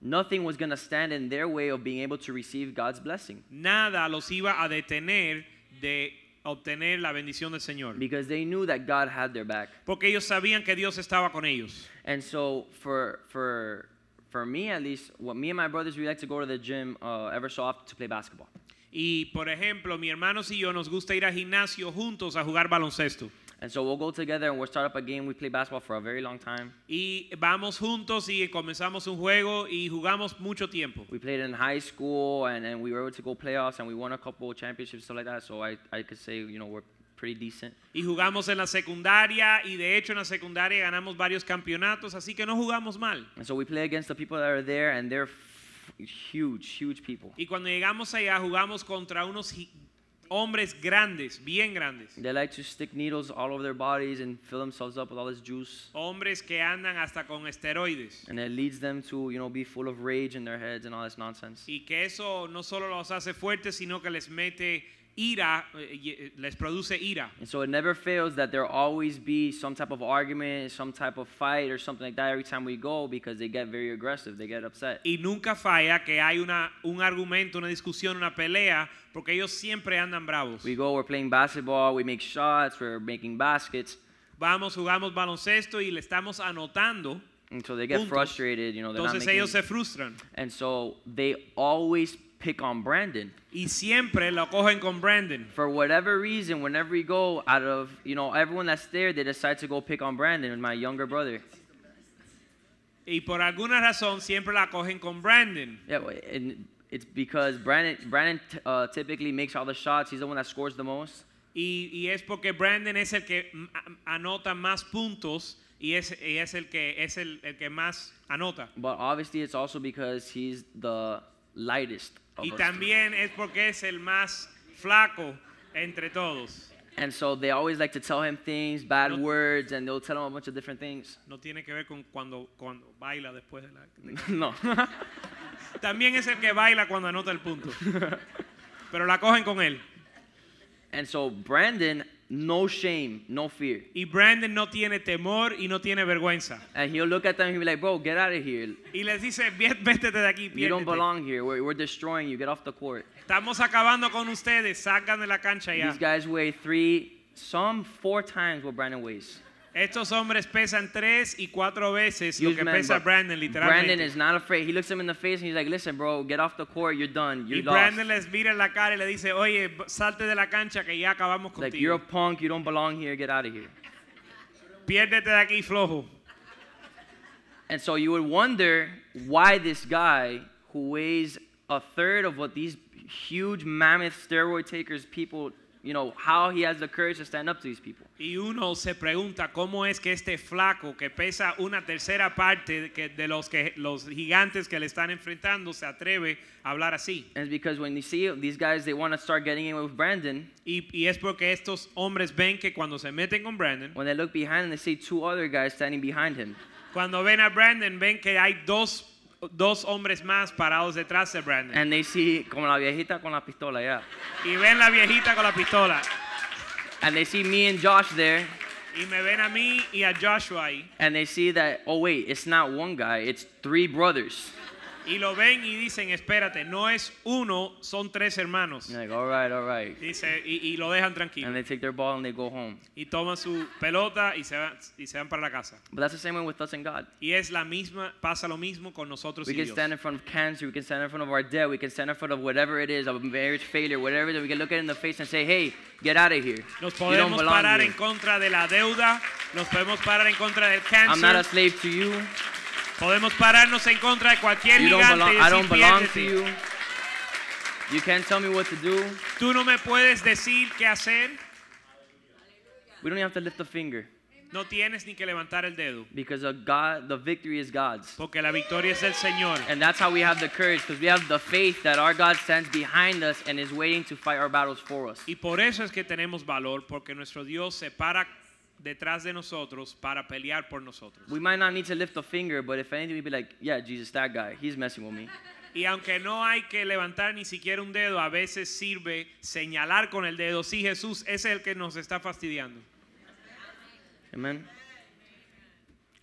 D: nothing was going to stand in their way of being able to receive God's blessing
E: nada los iba a detener de obtener la bendición del Señor.
D: because they knew that God had their back.
E: Porque ellos sabían que Dios estaba con ellos.
D: And so for for for me at least, what me and my brothers we like to go to the gym uh, ever so often to play basketball.
E: Y por ejemplo, mi hermano y yo nos gusta ir al gimnasio juntos a jugar baloncesto.
D: And so we'll go together and we'll start up a game. We play basketball for a very long time.
E: Y vamos juntos y comenzamos un juego y jugamos mucho tiempo.
D: We played in high school and, and we were able to go playoffs and we won a couple championships stuff like that. So I, I could say you know we're pretty decent.
E: Y jugamos en la secundaria y de hecho en la secundaria ganamos varios campeonatos, así que no jugamos mal.
D: And so we play against the people that are there and they're f- huge, huge people.
E: Y cuando llegamos allá jugamos contra unos gi- hombres grandes, bien grandes.
D: They like to stick needles all over their bodies and fill themselves up with all this juice.
E: Hombres que andan hasta con esteroides.
D: And it leads them to, you know, be full of rage in their heads and all this nonsense.
E: Y que eso no solo los hace fuertes, sino que les mete ira, eh, y- eh, les produce ira.
D: And so it never fails that there always be some type of argument, some type of fight, or something like that every time we go because they get very aggressive, they get upset.
E: Y nunca falla que hay una, un argumento, una discusión, una pelea, porque ellos siempre andan bravos.
D: We go, we're playing basketball, we make shots, we're making baskets,
E: Vamos, jugamos baloncesto y le estamos anotando.
D: and so they get
E: Puntos.
D: frustrated. You know, they're not
E: Entonces
D: making.
E: ellos se frustran.
D: And so they always pick on Brandon
E: Y siempre lo cogen con Brandon.
D: for whatever reason. Whenever we go, out of you know everyone that's there, they decide to go pick on Brandon, my younger brother.
E: Y por alguna razón siempre la cogen con Brandon.
D: Yeah, w- and it's because Brandon Brandon t- uh, typically makes all the shots. He's the one that scores the most.
E: Y, y es porque Brandon es el que mm, a- anota más puntos y es, y es el que es el, el que más anota.
D: But obviously, it's also because he's the lightest. Of
E: Y
D: us three.
E: también es porque es el más flaco entre todos.
D: And so they always like to tell him things, bad
E: No-
D: words, and they'll tell him a bunch of different things.
E: No tiene que ver con cuando, cuando baila después de la...
D: no.
E: También es el que baila cuando anota el punto. Pero la cogen con él.
D: and so Brandon, no shame, no fear.
E: Y Brandon no tiene temor y no tiene vergüenza.
D: And he'll look at them and he'll be like, bro, get out of here.
E: Y les dice, "Vé- vete de aquí,
D: You don't
E: piérdete.
D: belong here. We're, we're destroying you. Get off the court.
E: Estamos acabando con ustedes, sacan de la cancha ya.
D: These guys weigh three, some four times what Brandon weighs.
E: Estos hombres pesan tres y cuatro veces lo
D: Huge
E: que
D: man,
E: pesa
D: but
E: Brandon, literalmente.
D: Brandon is not afraid. He looks him in the face and he's like, listen, bro, get off the court. You're done. You're
E: y
D: lost.
E: Brandon les mira en la cara y le dice, oye, b- salte de la cancha que ya acabamos
D: like, you're a
E: contigo.
D: punk. You don't belong here. Get out of here.
E: Piérdete de aquí, flojo.
D: And so you would wonder why this guy who weighs a third of what these huge mammoth steroid takers people, you know, how he has the courage to stand up to these people.
E: Y uno se pregunta cómo es que este flaco que pesa una tercera parte de, que- de los, que, los gigantes que le están enfrentando se atreve a hablar así.
D: And it's because when you see these guys, they want to start getting in with Brandon.
E: Y, y es porque estos hombres ven que cuando se meten con Brandon,
D: When they look behind and they see two other guys standing behind him.
E: cuando ven a Brandon, ven que hay dos, dos hombres más parados detrás de Brandon.
D: And they see, como la viejita con la pistola, yeah.
E: y ven la viejita con la pistola.
D: And they see me and Josh there.
E: Y me ven a mí y a Joshua ahí.
D: And they see that, oh, wait, it's not one guy, it's three brothers.
E: Y lo ven y dicen, espérate, no es uno, son tres hermanos.
D: You're like, all right, all right.
E: Dice, y, y lo dejan
D: And
E: tranquilo.
D: they take their ball and they go home.
E: Y toman su pelota y se, van, y se van para la casa.
D: But that's the same way with us and God.
E: Y es la misma, pasa lo mismo con nosotros
D: We
E: y
D: can
E: Dios.
D: stand in front of cancer, we can stand in front of our debt, we can stand in front of whatever it is, of marriage failure, whatever it is. We can look it in the face and say, hey, get out of here.
E: Nos
D: you don't
E: podemos
D: belong
E: parar
D: here.
E: en contra de la deuda, nos podemos parar en contra del
D: I'm not a
E: cáncer,
D: slave to you.
E: podemos pararnos en contra de cualquier
D: You don't
E: gigante
D: belong.
E: y
D: I
E: decir,
D: don't belong to
E: "Piérdete".
D: you. You can't tell me what to do.
E: Tú no me puedes decir qué hacer,
D: We don't even have to lift a finger
E: no tienes ni que levantar el dedo,
D: because of God, the victory is God's.
E: porque la victoria es del Señor.
D: And that's how we have the courage because we have the faith that our God stands behind us and is waiting to fight our battles for us.
E: Y por eso es que tenemos valor, porque nuestro Dios se para detrás de nosotros para pelear por nosotros.
D: We might not need to lift a finger, but if anything, we'd be like, yeah, Jesus, that guy, he's messing with me.
E: Y aunque no hay que levantar ni siquiera un dedo, a veces sirve señalar con el dedo, sí Jesús, ese es el que nos está fastidiando.
D: Amen.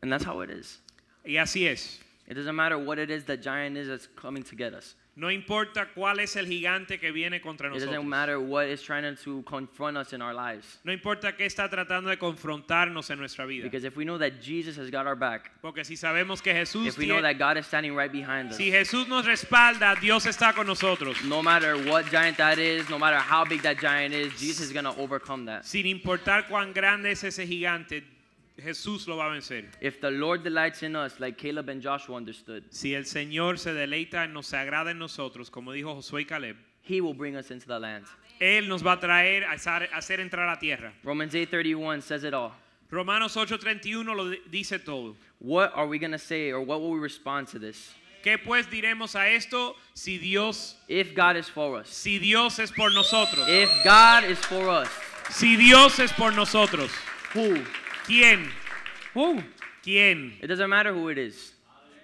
D: And that's how it is.
E: Y así es.
D: It doesn't matter what it is that giant is that's coming to get us.
E: No importa cuál es el gigante que viene
D: It
E: contra nosotros.
D: doesn't matter what is trying to confront us in our lives.
E: No importa qué está tratando de confrontarnos en nuestra vida.
D: Because if we know that Jesus has got our back,
E: Porque si sabemos que Jesús
D: if we know
E: tiene-
D: that God is standing right behind us,
E: si Jesús nos respalda, Dios está con nosotros.
D: no matter what giant that is, no matter how big that giant is, Jesus is going to overcome that.
E: Sin importar cuán grande es ese gigante, Jesús lo va a vencer.
D: If the Lord delights in us, like Caleb and Joshua understood,
E: Si el Señor se deleita en nos, se agrada en nosotros, como dijo Josué y Caleb,
D: He will bring us into the land.
E: Él nos va a traer, a hacer a hacer entrar a tierra.
D: Romans 8:31 says it all.
E: Romanos 8:31 lo di- dice todo.
D: What are we going to say or what will we respond to this?
E: ¿Qué pues diremos a esto si Dios,
D: If God is for us.
E: si Dios es por nosotros?
D: If God is for us,
E: Si Dios es por nosotros,
D: who?
E: ¿quién?
D: Who?
E: ¿Quién?
D: It doesn't matter who it is.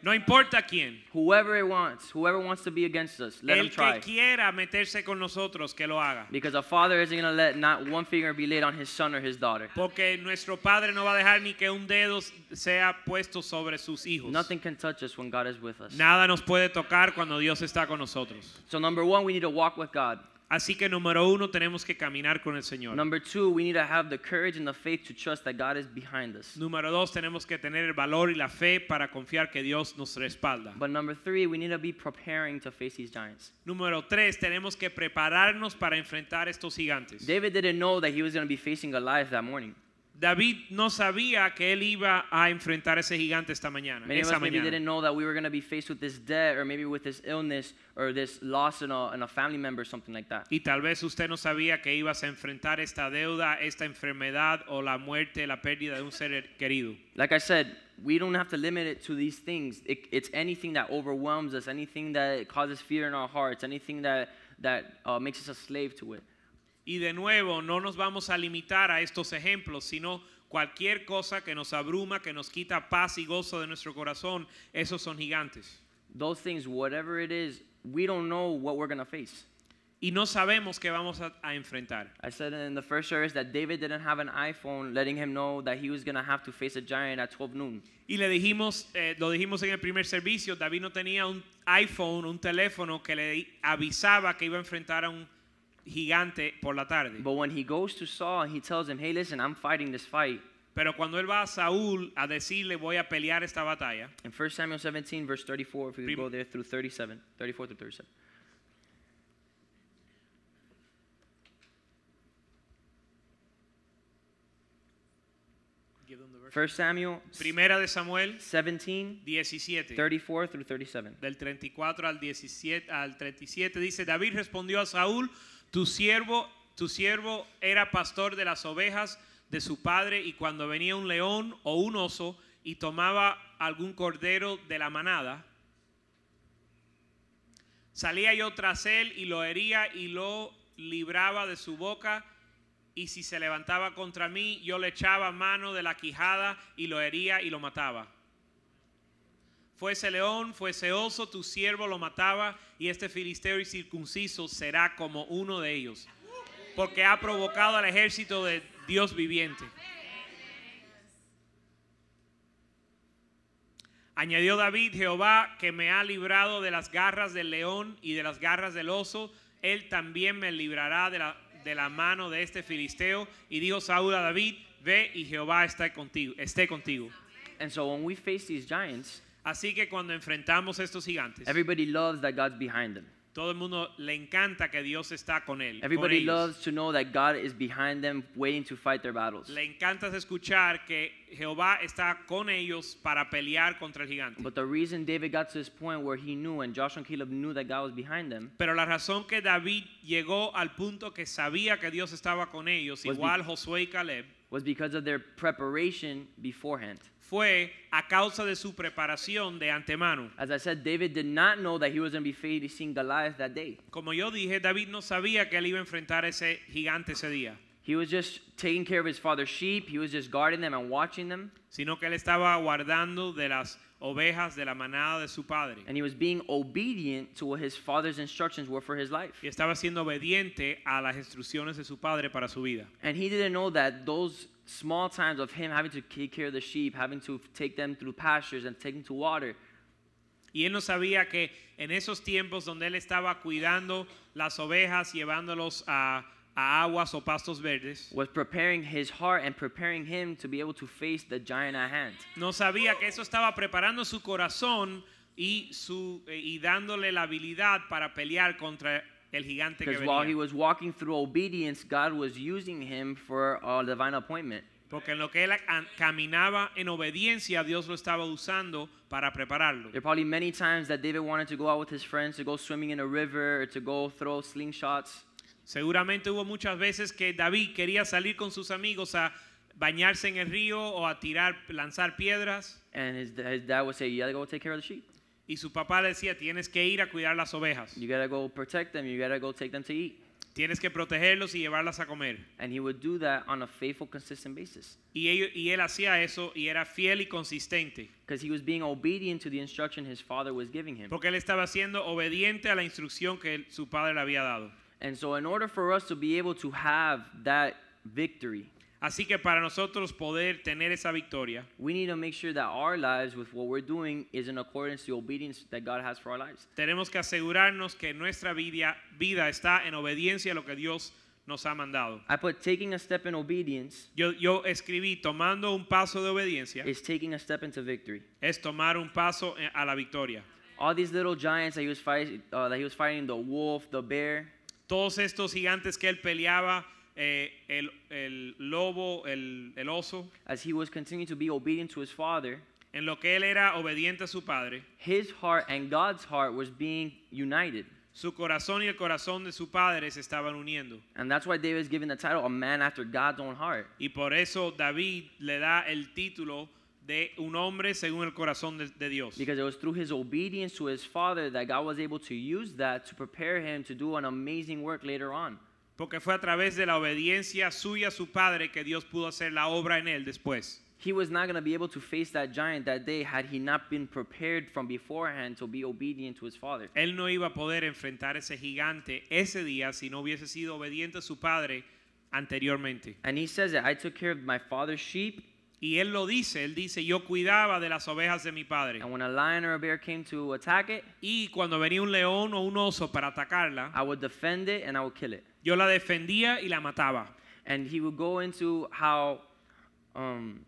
E: No importa quién.
D: Whoever it wants, whoever wants to be against us, let him
E: El que
D: try.
E: quiera meterse con nosotros, que lo haga.
D: Because a father isn't going to let not one finger be laid on his son or his daughter.
E: Porque nuestro Padre no va a dejar ni que un dedo sea puesto sobre sus hijos.
D: Nothing can touch us when God is with us.
E: Nada nos puede tocar cuando Dios está con nosotros.
D: So number 1, we need to walk with God.
E: Así que número uno, tenemos que caminar con el Señor.
D: Number 2, we need to have the courage and the faith to trust that God is behind us.
E: Número dos, tenemos que tener el valor y la fe para confiar que Dios nos respalda.
D: But number 3, we need to be preparing to face these giants.
E: Número tres, tenemos que prepararnos para enfrentar estos gigantes.
D: David didn't know that he was going to be facing Goliath that morning.
E: David no sabía que él iba a enfrentar ese gigante esta mañana.
D: Many of
E: esa
D: us maybe didn't
E: mañana.
D: know that we were going to be faced with this debt or maybe with this illness or this loss in a, in a family member or something like that.
E: Y tal vez usted no sabía que ibas a enfrentar esta deuda, esta enfermedad o la muerte, la pérdida de un ser querido.
D: Like I said, we don't have to limit it to these things. It, it's anything that overwhelms us, anything that causes fear in our hearts, anything that, that uh, makes us a slave to it.
E: Y de nuevo, no nos vamos a limitar a estos ejemplos, sino cualquier cosa que nos abruma, que nos quita paz y gozo de nuestro corazón, esos son gigantes.
D: Those things, whatever it is, we don't know what we're going to face.
E: Y no sabemos qué vamos a, a enfrentar.
D: I said in the first service that David didn't have an iPhone letting him know that he was going to have to face a giant at 12 noon.
E: Y le dijimos, eh, lo dijimos en el primer servicio, David no tenía un iPhone, un teléfono que le avisaba que iba a enfrentar a un gigante por la tarde.
D: But when he goes to Saul and he tells him, hey, listen, I'm fighting this fight,
E: Pero cuando él va a Saúl a decirle voy a pelear esta batalla,
D: in 1 Samuel 17, verse 34, if we could
E: Prim-
D: go there through 37, 34 through 37. First Samuel
E: primera de Samuel
D: 17,
E: 17.
D: 34 through 37.
E: del 34 al 17 al 37 dice David respondió a Saúl tu siervo tu siervo era pastor de las ovejas de su padre y cuando venía un león o un oso y tomaba algún cordero de la manada salía yo tras él y lo hería y lo libraba de su boca y si se levantaba contra mí yo le echaba mano de la quijada y lo hería y lo mataba Fuese león, fuese oso, tu siervo lo mataba, y este filisteo incircunciso será como uno de ellos, porque ha provocado al ejército de Dios viviente. Añadió David, Jehová, que me ha librado de las garras del león y de las garras del oso, él también me librará de la, de la mano de este filisteo. Y dijo Saúl a David, ve y Jehová está contigo, esté contigo.
D: And so when we face these giants,
E: Así que cuando enfrentamos estos gigantes,
D: everybody loves that God's behind them.
E: todo el mundo le encanta que Dios está con él. con
D: Everybody
E: ellos.
D: loves to know that God is behind them, waiting to fight their battles.
E: Le encanta escuchar que Jehová está con ellos para pelear contra el gigante.
D: But the reason David got to this point where he knew and Joshua and Caleb knew that God was behind them
E: Pero la razón que David llegó al punto que sabía que Dios estaba con ellos,
D: Was
E: igual
D: be-
E: Josué y Caleb,
D: was because of their preparation beforehand.
E: fue a causa de su preparación de antemano.
D: As I said, David did not know that he was going to be facing Goliath that day.
E: Como yo dije, David no sabía que él iba a enfrentar a ese gigante ese día,
D: He was just taking care of his father's sheep. He was just guarding them and watching them.
E: sino que él estaba guardando de las ovejas de la manada de su padre
D: And he was being obedient to what his father's instructions were for his life.
E: y estaba siendo obediente a las instrucciones de su padre para su vida.
D: And he didn't know that those small times of him having to take care of the sheep, having to take them through pastures and take them to water,
E: Y él no sabía que en esos tiempos donde él estaba cuidando las ovejas, llevándolos a, a aguas o pastos verdes,
D: was preparing his heart and preparing him to be able to face the giant at hand.
E: no sabía que eso estaba preparando su corazón y, su, eh, y dándole la habilidad para pelear contra el gigante que
D: Because while he
E: venía.
D: was walking through obedience, God was using him for a divine appointment.
E: Porque en lo que él a- caminaba en obediencia, Dios lo estaba usando para prepararlo.
D: There are probably many times that David wanted to go out with his friends to go swimming in a river or to go throw slingshots.
E: Seguramente hubo muchas veces que David quería salir con sus amigos a bañarse en el río o a tirar, lanzar piedras.
D: And his, his dad would say, You gotta go take care of the sheep.
E: Y su papá le decía, tienes que ir a cuidar las ovejas,
D: You gotta go protect them. You gotta go take them to eat.
E: tienes que protegerlos y llevarlas a comer.
D: And he would do that on a faithful, consistent basis.
E: Y, ello- y él hacía eso y era fiel y consistente,
D: Because he was being obedient to the instruction his father was giving him.
E: porque él estaba siendo obediente a la instrucción que él- su padre le había dado.
D: And so, in order for us to be able to have that victory,
E: Así que para nosotros poder tener esa victoria,
D: we need to make sure that our lives with what we're doing is in accordance to obedience that God has for our lives.
E: tenemos que asegurarnos que nuestra vida, vida está en obediencia a lo que Dios nos ha mandado.
D: I put taking a step in obedience
E: Yo, yo escribí, tomando un paso de obediencia
D: is taking a step into victory.
E: es tomar un paso eh, a la victoria.
D: All these little giants that he was fighting, uh, that he was fighting, the wolf, the bear,
E: todos estos gigantes que él peleaba, eh, el, el lobo, el, el oso,
D: as he was continuing to be obedient to his father,
E: en lo que él era obediente a su padre,
D: his heart and God's heart was being united.
E: su corazón y el corazón de su padre se estaban uniendo.
D: And that's why David is given the title, a man after God's own heart.
E: Y por eso David le da el título de un hombre según el corazón de, de Dios.
D: Because it was through his obedience to his father that God was able to use that to prepare him to do an amazing work later on.
E: Porque fue a través de la obediencia suya a su padre que Dios pudo hacer la obra en él después.
D: He was not going to be able to face that giant that day had he not been prepared from beforehand to be obedient to his father.
E: Él no iba a poder enfrentar ese gigante ese día si no hubiese sido obediente a su padre anteriormente.
D: And he says that I took care of my father's sheep,
E: Y él lo dice, él dice, yo cuidaba de las ovejas de mi padre.
D: and when a lion or a bear came to attack it,
E: Y cuando venía un león o un oso para atacarla,
D: I would defend it and I would kill it.
E: yo la defendía y la mataba.
D: And he would go into how, um,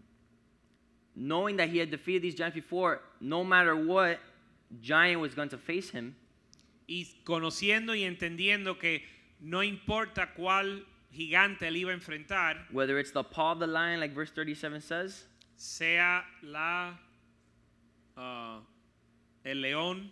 D: knowing that he had defeated these giants before, no matter what giant was going to face him,
E: Y conociendo y entendiendo que no importa cuál gigante él iba a enfrentar,
D: whether it's the paw of the lion, like verse 37 says,
E: sea la ah, el león,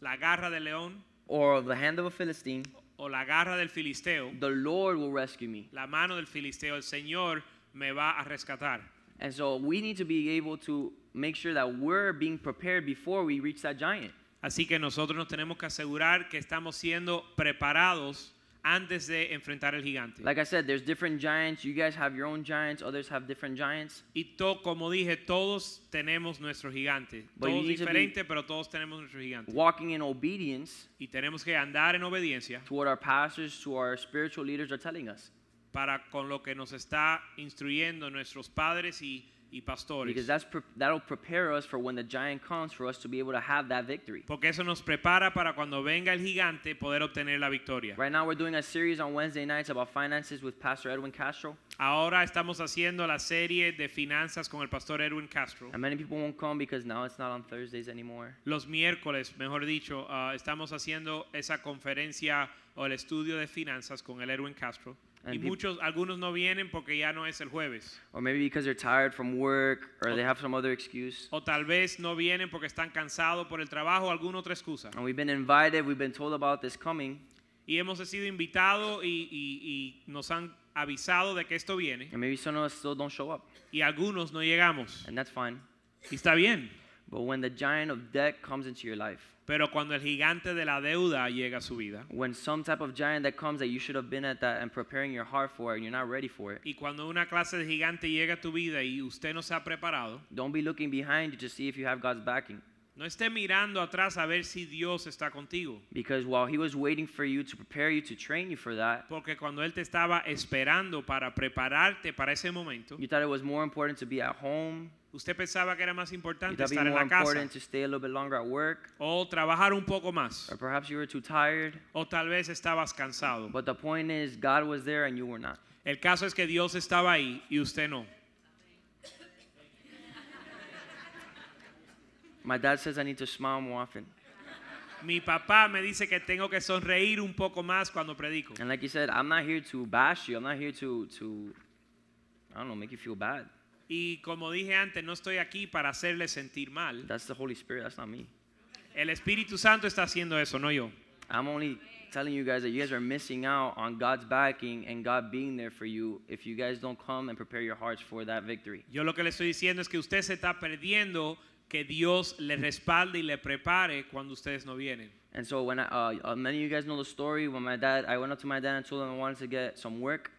E: la garra del león
D: or the hand of a Philistine,
E: o la garra del filisteo,
D: the Lord will rescue me.
E: la mano del filisteo, el Señor me va a rescatar.
D: And so we need to be able to make sure that we're being prepared before we reach that giant.
E: Así que nosotros nos tenemos que asegurar que estamos siendo preparados antes de enfrentar el gigante.
D: Like I said, there's different giants. You guys have your own giants, others have different giants.
E: y to, como dije, todos tenemos nuestro gigante.
D: But you
E: Todos
D: need to be-
E: diferentes, pero todos tenemos nuestro gigante.
D: Walking in obedience
E: Y tenemos que andar en obediencia
D: to what our pastors, to our spiritual leaders are telling us.
E: para con lo que nos está instruyendo nuestros padres y y pastores.
D: Because that's pre- that'll prepare us for when the giant comes for us to be able to have that victory.
E: Porque eso nos prepara para cuando venga el gigante poder obtener la victoria.
D: Right now, we're doing a series on Wednesday nights about finances with Pastor Edwin Castro.
E: Ahora estamos haciendo la serie de finanzas con el pastor Edwin Castro.
D: And many people won't come because now it's not on Thursdays anymore.
E: Los miércoles, mejor dicho, ah, estamos haciendo esa conferencia o el estudio de finanzas con el Edwin Castro. Y
D: And peop-
E: muchos, algunos no vienen porque ya no es el jueves.
D: Or maybe because they're tired from work or they have some other excuse.
E: O tal vez no vienen porque están cansados por el trabajo o alguna otra excusa.
D: And we've been invited, we've been told about this coming.
E: Y hemos sido invitados y, y- y nos han avisado de que esto viene.
D: And maybe some of us still don't show up.
E: Y algunos no llegamos.
D: And that's fine.
E: Y está bien.
D: But when the giant of debt comes into your life,
E: Pero cuando el gigante de la deuda llega a su vida.
D: when some type of giant that comes that you should have been at that and preparing your heart for and you're not ready for it,
E: Y cuando una clase de gigante llega a tu vida y usted no se ha preparado,
D: don't be looking behind you to see if you have God's backing.
E: no esté mirando atrás a ver si Dios está contigo.
D: Because while He was waiting for you to prepare you, to train you for that,
E: Porque cuando Él te estaba esperando para prepararte para ese momento,
D: you thought it was more important to be at home,
E: usted pensaba que era más
D: you
E: importante
D: thought it
E: estar
D: was
E: en
D: more
E: la casa
D: important to stay a little bit longer at work,
E: o trabajar un poco más
D: or perhaps you were too tired.
E: o tal vez estabas cansado.
D: But the point is, God was there and you were not.
E: El caso es que Dios estaba ahí y usted no.
D: My dad says I need to smile more often.
E: Mi papá me dice que tengo que sonreír un poco más cuando predico.
D: And like you said, I'm not here to bash you. I'm not here to to I don't know, make you feel bad.
E: Y como dije antes, no estoy aquí para hacerle sentir mal.
D: That's the Holy Spirit. That's not me.
E: El Espíritu Santo está haciendo eso, no yo.
D: I'm only telling you guys that you guys are missing out on God's backing and God being there for you if you guys don't come and prepare your hearts for that victory.
E: Yo lo que le estoy diciendo es que usted se está perdiendo que Dios le respalde y le prepare cuando ustedes no vienen.
D: And so when I, uh, uh, many of you guys know the story when my dad, I went up to my dad and told him I wanted to get some work.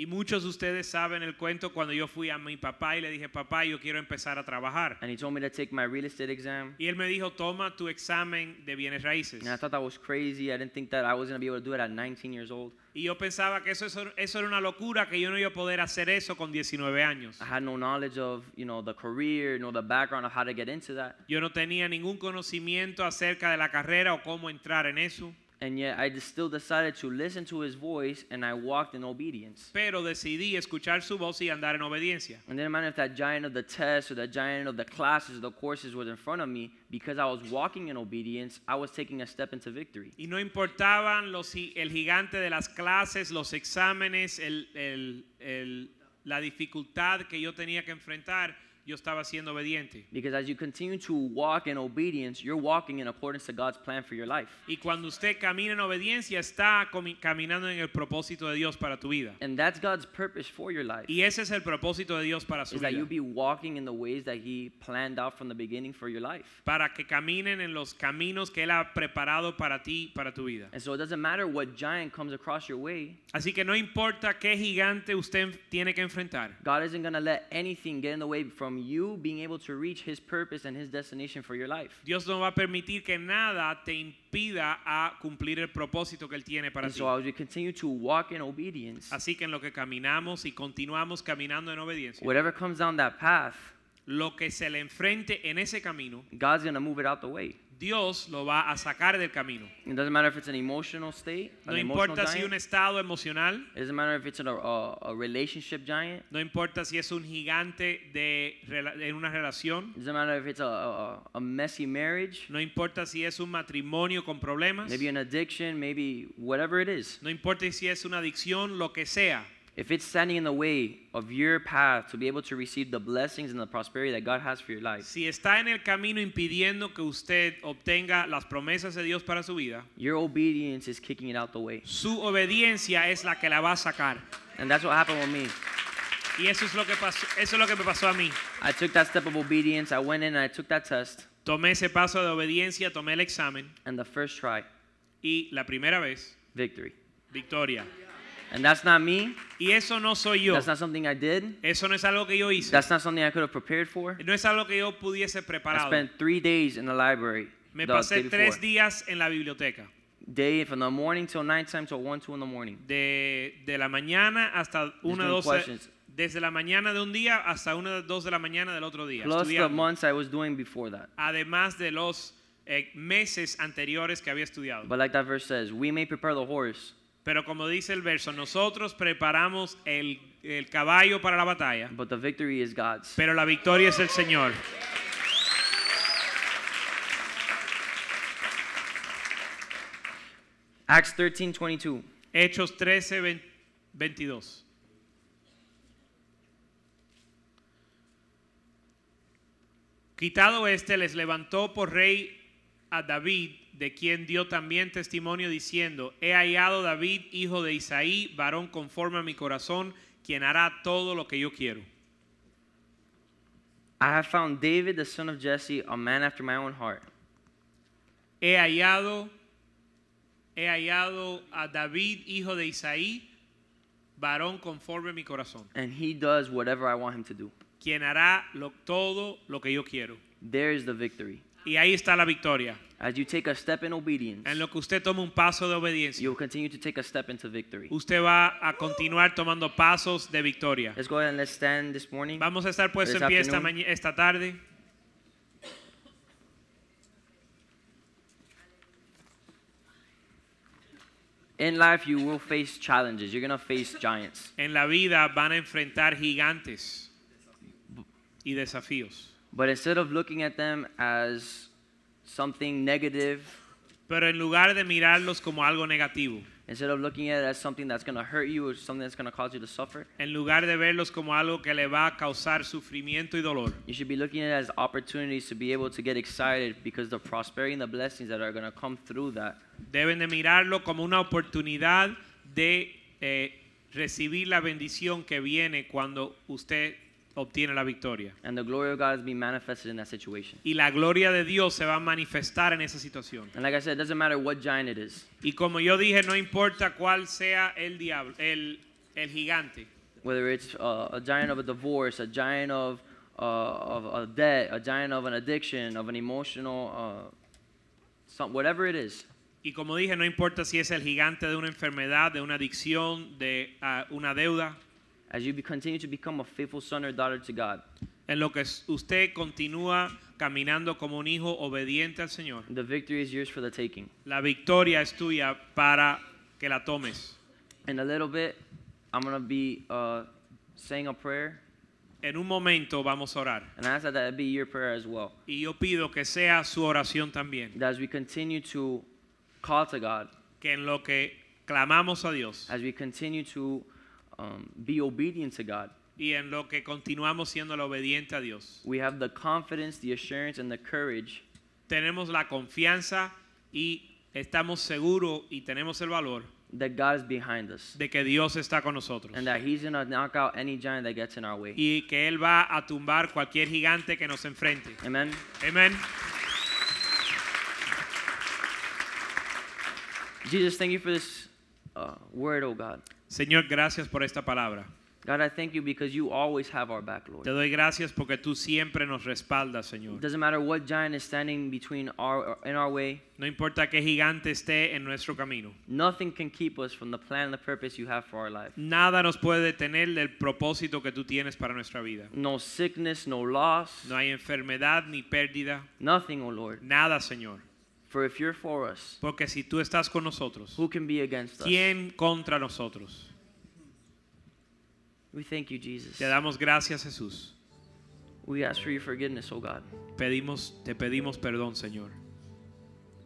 E: Y muchos de ustedes saben el cuento cuando yo fui a mi papá y le dije, papá, yo quiero empezar a trabajar.
D: And he told me to take my real estate exam.
E: Y él me dijo, toma tu examen de bienes raíces.
D: And I thought that was crazy. I didn't think that I was going to be able to do it at 19 years old.
E: Y yo pensaba que eso, eso, eso era una locura, que yo no iba a poder hacer eso con 19 años.
D: I had no knowledge of, you know, the career, you know, the background of how to get into that.
E: Yo no tenía ningún conocimiento acerca de la carrera o cómo entrar en eso,
D: And yet I just still decided to listen to his voice and I walked in obedience.
E: pero decidí escuchar su voz y andar en obediencia.
D: And it didn't matter if that giant of the test or the giant of the classes or the courses was in front of me, because I was walking in obedience, I was taking a step into victory.
E: Y no importaban los, gi- el gigante de las clases, los exámenes, el- el- el- la dificultad que yo tenía que enfrentar, yo estaba siendo obediente.
D: Because as you continue to walk in obedience, you're walking in accordance to God's plan for your life.
E: Y cuando usted camina en obediencia, está comi- caminando en el propósito de Dios para tu vida.
D: And that's God's purpose for your life.
E: Y ese es el propósito de Dios para su
D: Is that you be
E: vida.
D: walking in the ways that He planned out from the beginning for your life.
E: Para que caminen en los caminos que Él ha preparado para ti, para tu vida.
D: And so it doesn't matter what giant comes across your way,
E: Así que no importa qué gigante usted enf- tiene que enfrentar.
D: God isn't going to let anything get in the way from you being able to reach His purpose and His destination for your life.
E: Dios no va a permitir que nada te impida a cumplir el propósito que Él tiene para
D: And
E: ti.
D: so as we continue to walk in obedience,
E: Así que en lo que caminamos y continuamos caminando en obediencia,
D: whatever comes down that path,
E: lo que se le enfrente en ese camino,
D: God's going to move it out the way.
E: Dios lo va a sacar del camino.
D: It doesn't matter if it's an emotional state, an
E: No
D: emotional
E: importa si
D: giant.
E: un estado emocional,
D: It doesn't matter if it's in a, a, a relationship giant.
E: no importa si es un gigante de, rela- en una relación,
D: It doesn't matter if it's a, a, a messy marriage,
E: no importa si es un matrimonio con problemas,
D: maybe an addiction, maybe whatever it is.
E: no importa si es una adicción, lo que sea.
D: If it's standing in the way of your path to be able to receive the blessings and the prosperity that God has for your life,
E: Si está en el camino impidiendo que usted obtenga las promesas de Dios para su vida,
D: your obedience is kicking it out the way.
E: su obediencia es la que la va a sacar.
D: And that's what happened with me.
E: Y eso es lo que pasó, eso es lo que me pasó a mí.
D: I took that step of obedience. I went in and I took that test.
E: Tomé ese paso de obediencia, tomé el examen
D: And the first try,
E: y la primera vez,
D: victory.
E: victoria.
D: And that's not me.
E: Y eso no soy yo.
D: That's not something I did.
E: Eso no es algo que yo hice.
D: That's not something I could have prepared for.
E: No es algo que yo pudiese
D: I
E: preparado.
D: spent three days in the library.
E: Me
D: the day,
E: pasé tres
D: before.
E: días en la biblioteca,
D: day from the morning till nighttime till 1, 2 in the morning.
E: de, de la mañana hasta 1,
D: doing
E: 12,
D: questions.
E: desde la mañana de un día hasta una de dos de la mañana del otro día.
D: plus the
E: estudiando.
D: months I was doing before that.
E: Además de los eh, meses anteriores que había estudiado.
D: But like that verse says, we may prepare the horse,
E: Pero como dice el verso, nosotros preparamos el, el caballo para la batalla,
D: but the victory is God's.
E: pero la victoria es el Señor.
D: Acts 13 22.
E: Hechos 13, 22. Quitado este, les levantó por rey a David, de quien dio también testimonio diciendo, he hallado David, hijo de Isaí, varón conforme a mi corazón, quien hará todo lo que yo quiero.
D: I have found David, the son of Jesse, a man after my own heart,
E: He hallado, he hallado a David, hijo de Isaí, varón conforme a mi corazón,
D: and he does whatever I want him to do.
E: quien hará lo- todo lo que yo quiero.
D: There is the victory.
E: Y ahí está la victoria.
D: As you take a step in obedience,
E: En lo que usted toma un paso de obediencia,
D: you'll continue to take a step into victory.
E: usted va a continuar tomando pasos de victoria.
D: Let's go ahead and let's stand this morning.
E: Vamos a estar puestos
D: This
E: en pie esta,
D: afternoon.
E: maña- esta tarde.
D: In life, you will face challenges. You're going to face giants.
E: En la vida van a enfrentar gigantes y desafíos.
D: But instead of looking at them as something negative,
E: Pero en lugar de mirarlos como algo negativo,
D: instead of looking at it as something that's going to hurt you or something that's going to cause you to suffer,
E: en lugar de verlos como algo que le va a causar sufrimiento y dolor,
D: you should be looking at it as opportunities to be able to get excited because the prosperity and the blessings that are going to come through that.
E: deben de mirarlo como una oportunidad de eh, recibir la bendición que viene cuando usted obtiene la victoria.
D: And the glory of God is being manifested in that situation.
E: Y la gloria de Dios se va a manifestar en esa situación.
D: And like I said, it doesn't matter what giant it is.
E: Y como yo dije, no importa cuál sea el diablo, el, el gigante,
D: whether it's uh, a giant of a divorce, a giant of, uh, of a debt, a giant of an addiction, of an emotional, uh, some, whatever it is,
E: y como dije, no importa si es el gigante de una enfermedad, de una adicción, de ah, una deuda,
D: as you be, continue to become a faithful son or daughter to God,
E: en lo que s- usted continúa caminando como un hijo obediente al Señor.
D: the victory is yours for the taking.
E: La victoria es tuya para que la tomes.
D: In a little bit, I'm going to be uh, saying a prayer,
E: En un momento vamos a orar.
D: and I ask that that be your prayer as well.
E: Y yo pido que sea su oración también.
D: That as we continue to call to God,
E: Que en lo que clamamos a Dios
D: as we continue to um, be obedient to God,
E: y en lo que continuamos siendo la obediente a Dios,
D: we have the confidence, the assurance, and the courage
E: tenemos la confianza y estamos seguros y tenemos el valor
D: that God is behind us.
E: de que Dios está con nosotros.
D: and that he's gonna knock out any giant that gets in our way.
E: Y que Él va a tumbar cualquier gigante que nos enfrente.
D: Amen.
E: Amén.
D: Jesus, thank you for this uh, word, oh God.
E: Señor, gracias por esta palabra.
D: God, I thank you because you always have our back,
E: Te
D: Lord.
E: doy gracias porque tú siempre nos respaldas,
D: It
E: Señor.
D: doesn't matter what giant is standing between our in our way.
E: No importa qué gigante esté en nuestro camino.
D: Nothing can keep us from the plan and the purpose you have for our life.
E: Nada nos puede detener del propósito que tú tienes para nuestra vida.
D: No sickness, no loss,
E: No hay enfermedad ni pérdida,
D: nothing, oh Lord.
E: nada, Señor.
D: For if you're for us,
E: Porque si tú estás con nosotros,
D: who can be against us?
E: ¿quién contra nosotros?
D: We thank you, Jesus.
E: Te damos gracias, Jesús.
D: We ask for your forgiveness, oh God.
E: Pedimos, te pedimos perdón, Señor.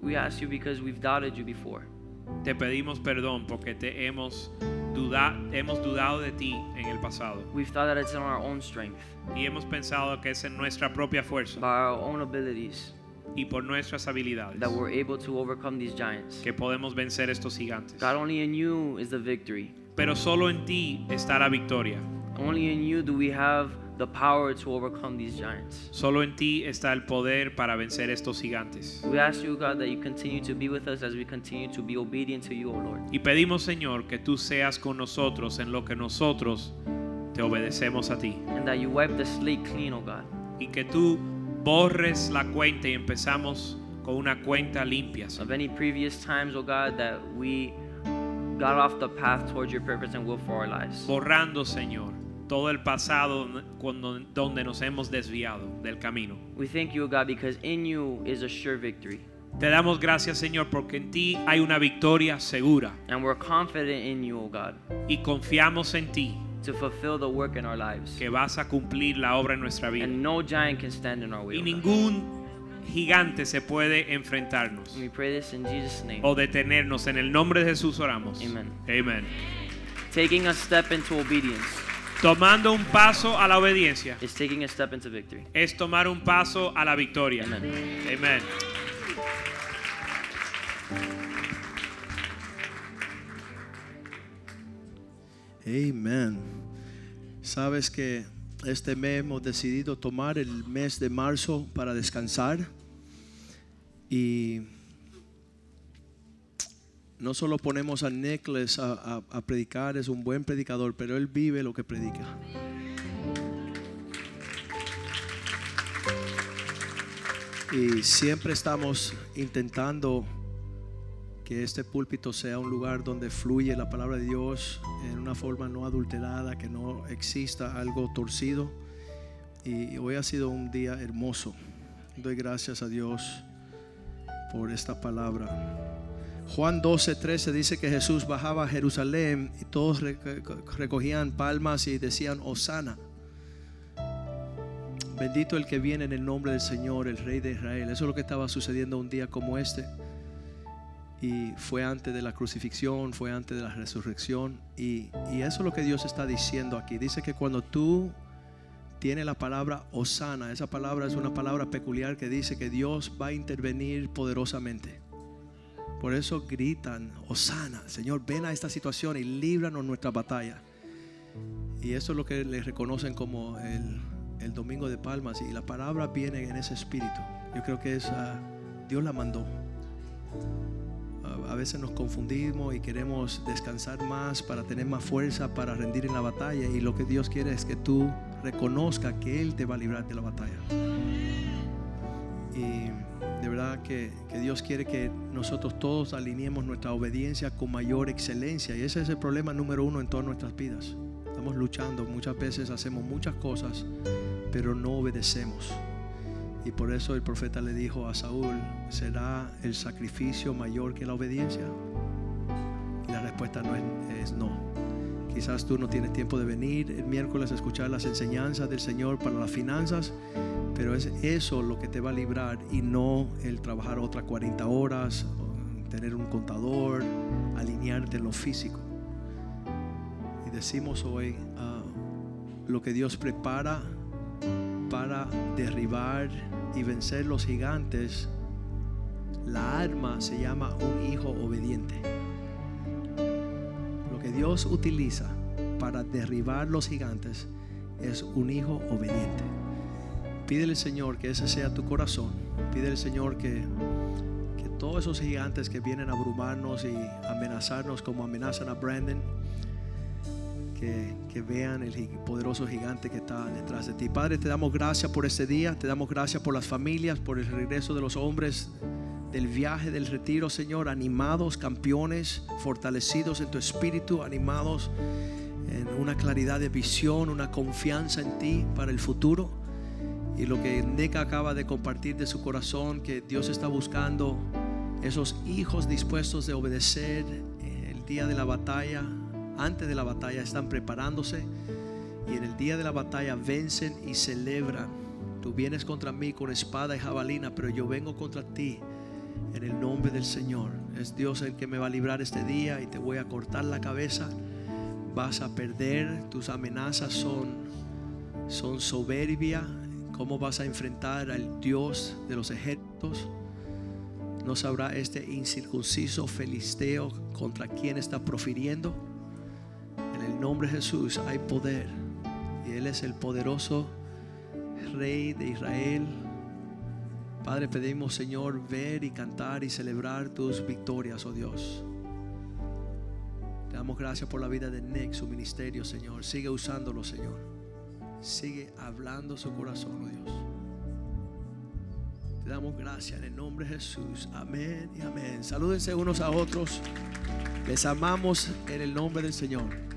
D: We ask you because we've doubted you before.
E: Te pedimos perdón porque te hemos, duda, hemos dudado de ti en el pasado
D: We've thought that it's in our own strength,
E: y hemos pensado que es en nuestra propia
D: by
E: fuerza
D: our own abilities.
E: y por nuestras habilidades
D: that we're able to overcome these giants.
E: que podemos vencer estos gigantes.
D: God, only in you is the victory.
E: Pero solo en ti está la victoria.
D: Only in you do we have the power to overcome these giants.
E: Solo en ti está el poder para vencer estos gigantes.
D: We ask you, God, that you continue to be with us as we continue to be obedient to you, O Lord.
E: Y pedimos, Señor, que tú seas con nosotros en lo que nosotros te obedecemos a ti.
D: And that you wipe the slate clean, O God.
E: Y que tú borres la cuenta y empezamos con una cuenta limpia. Señor.
D: Of any previous times, O God, that we got off the path towards your purpose and will for our lives.
E: Borrando, Señor, todo el pasado cuando, donde nos hemos desviado del camino.
D: We thank you, O God, because in you is a sure victory.
E: Te damos gracias, Señor, porque en ti hay una victoria segura
D: And we're confident in you, O God,
E: y confiamos en ti
D: to fulfill the work in our lives.
E: que vas a cumplir la obra en nuestra vida.
D: And no giant can stand in our way.
E: Y
D: O God.
E: ningún gigante se puede enfrentarnos
D: We pray this in Jesus' name.
E: o detenernos. En el nombre de Jesús oramos.
D: Amen.
E: Amen.
D: Taking a step into obedience
E: Tomando un paso a la obediencia
D: is taking a step into victory.
E: es tomar un paso a la victoria.
D: Amen.
E: Amen.
C: Amén. Sabes que este mes hemos decidido tomar el mes de marzo para descansar y no solo ponemos a Nicholas a, a- a predicar, es un buen predicador, pero él vive lo que predica. Y siempre estamos intentando que este púlpito sea un lugar donde fluye la palabra de Dios en una forma no adulterada, que no exista algo torcido. Y hoy ha sido un día hermoso. Doy gracias a Dios por esta palabra. Juan 12, 13 dice que Jesús bajaba a Jerusalén y todos reco- recogían palmas y decían, Osana. Bendito el que viene en el nombre del Señor, el Rey de Israel. Eso es lo que estaba sucediendo un día como este y fue antes de la crucifixión, fue antes de la resurrección. Y, y eso es lo que Dios está diciendo aquí. Dice que cuando tú tienes la palabra Osana, esa palabra es una palabra peculiar que dice que Dios va a intervenir poderosamente. Por eso gritan, Osana, Señor, ven a esta situación y líbranos nuestra batalla. Y eso es lo que le reconocen como el, el Domingo de Palmas. Y la palabra viene en ese espíritu. Yo creo que es, ah, Dios la mandó. A- A veces nos confundimos y queremos descansar más para tener más fuerza para rendir en la batalla. Y lo que Dios quiere es que tú reconozca que Él te va a librar de la batalla. Y de verdad que, que Dios quiere que nosotros todos alineemos nuestra obediencia con mayor excelencia. Y ese es el problema número uno en todas nuestras vidas. Estamos luchando, muchas veces hacemos muchas cosas, pero no obedecemos. Y por eso el profeta le dijo a Saúl, ¿será el sacrificio mayor que la obediencia? Y la respuesta no es, es no. Quizás tú no tienes tiempo de venir el miércoles a escuchar las enseñanzas del Señor para las finanzas, pero es eso lo que te va a librar y no el trabajar otras 40 horas, tener un contador, alinearte en lo físico. Y decimos hoy ah, lo que Dios prepara para derribar y vencer los gigantes, la arma se llama un hijo obediente. Lo que Dios utiliza para derribar los gigantes es un hijo obediente. Pídele Señor que ese sea tu corazón. Pídele Señor que, que todos esos gigantes que vienen a abrumarnos y amenazarnos como amenazan a Brandon, que, que vean el gi- poderoso gigante que está detrás de ti. Padre, te damos gracias por este día, te damos gracias por las familias, por el regreso de los hombres del viaje, del retiro, Señor, animados, campeones, fortalecidos en tu espíritu, animados en una claridad de visión, una confianza en ti para el futuro. Y lo que Neca acaba de compartir de su corazón, que Dios está buscando esos hijos dispuestos de obedecer el día de la batalla, antes de la batalla, están preparándose y en el día de la batalla vencen y celebran. Tú vienes contra mí con espada y jabalina, pero yo vengo contra ti en el nombre del Señor. Es Dios el que me va a librar este día y te voy a cortar la cabeza. Vas a perder, tus amenazas son son soberbia, cómo vas a enfrentar al Dios de los ejércitos. No sabrá este incircunciso filisteo contra quién está profiriendo. En el nombre de Jesús hay poder y Él es el poderoso Rey de Israel. Padre, pedimos, Señor, ver y cantar y celebrar tus victorias, oh Dios. Te damos gracias por la vida de Nick, su ministerio, Señor. Sigue usándolo, Señor sigue hablando su corazón, oh Dios. Te damos gracias en el nombre de Jesús. Amén y amén. Salúdense unos a otros. Les amamos en el nombre del Señor.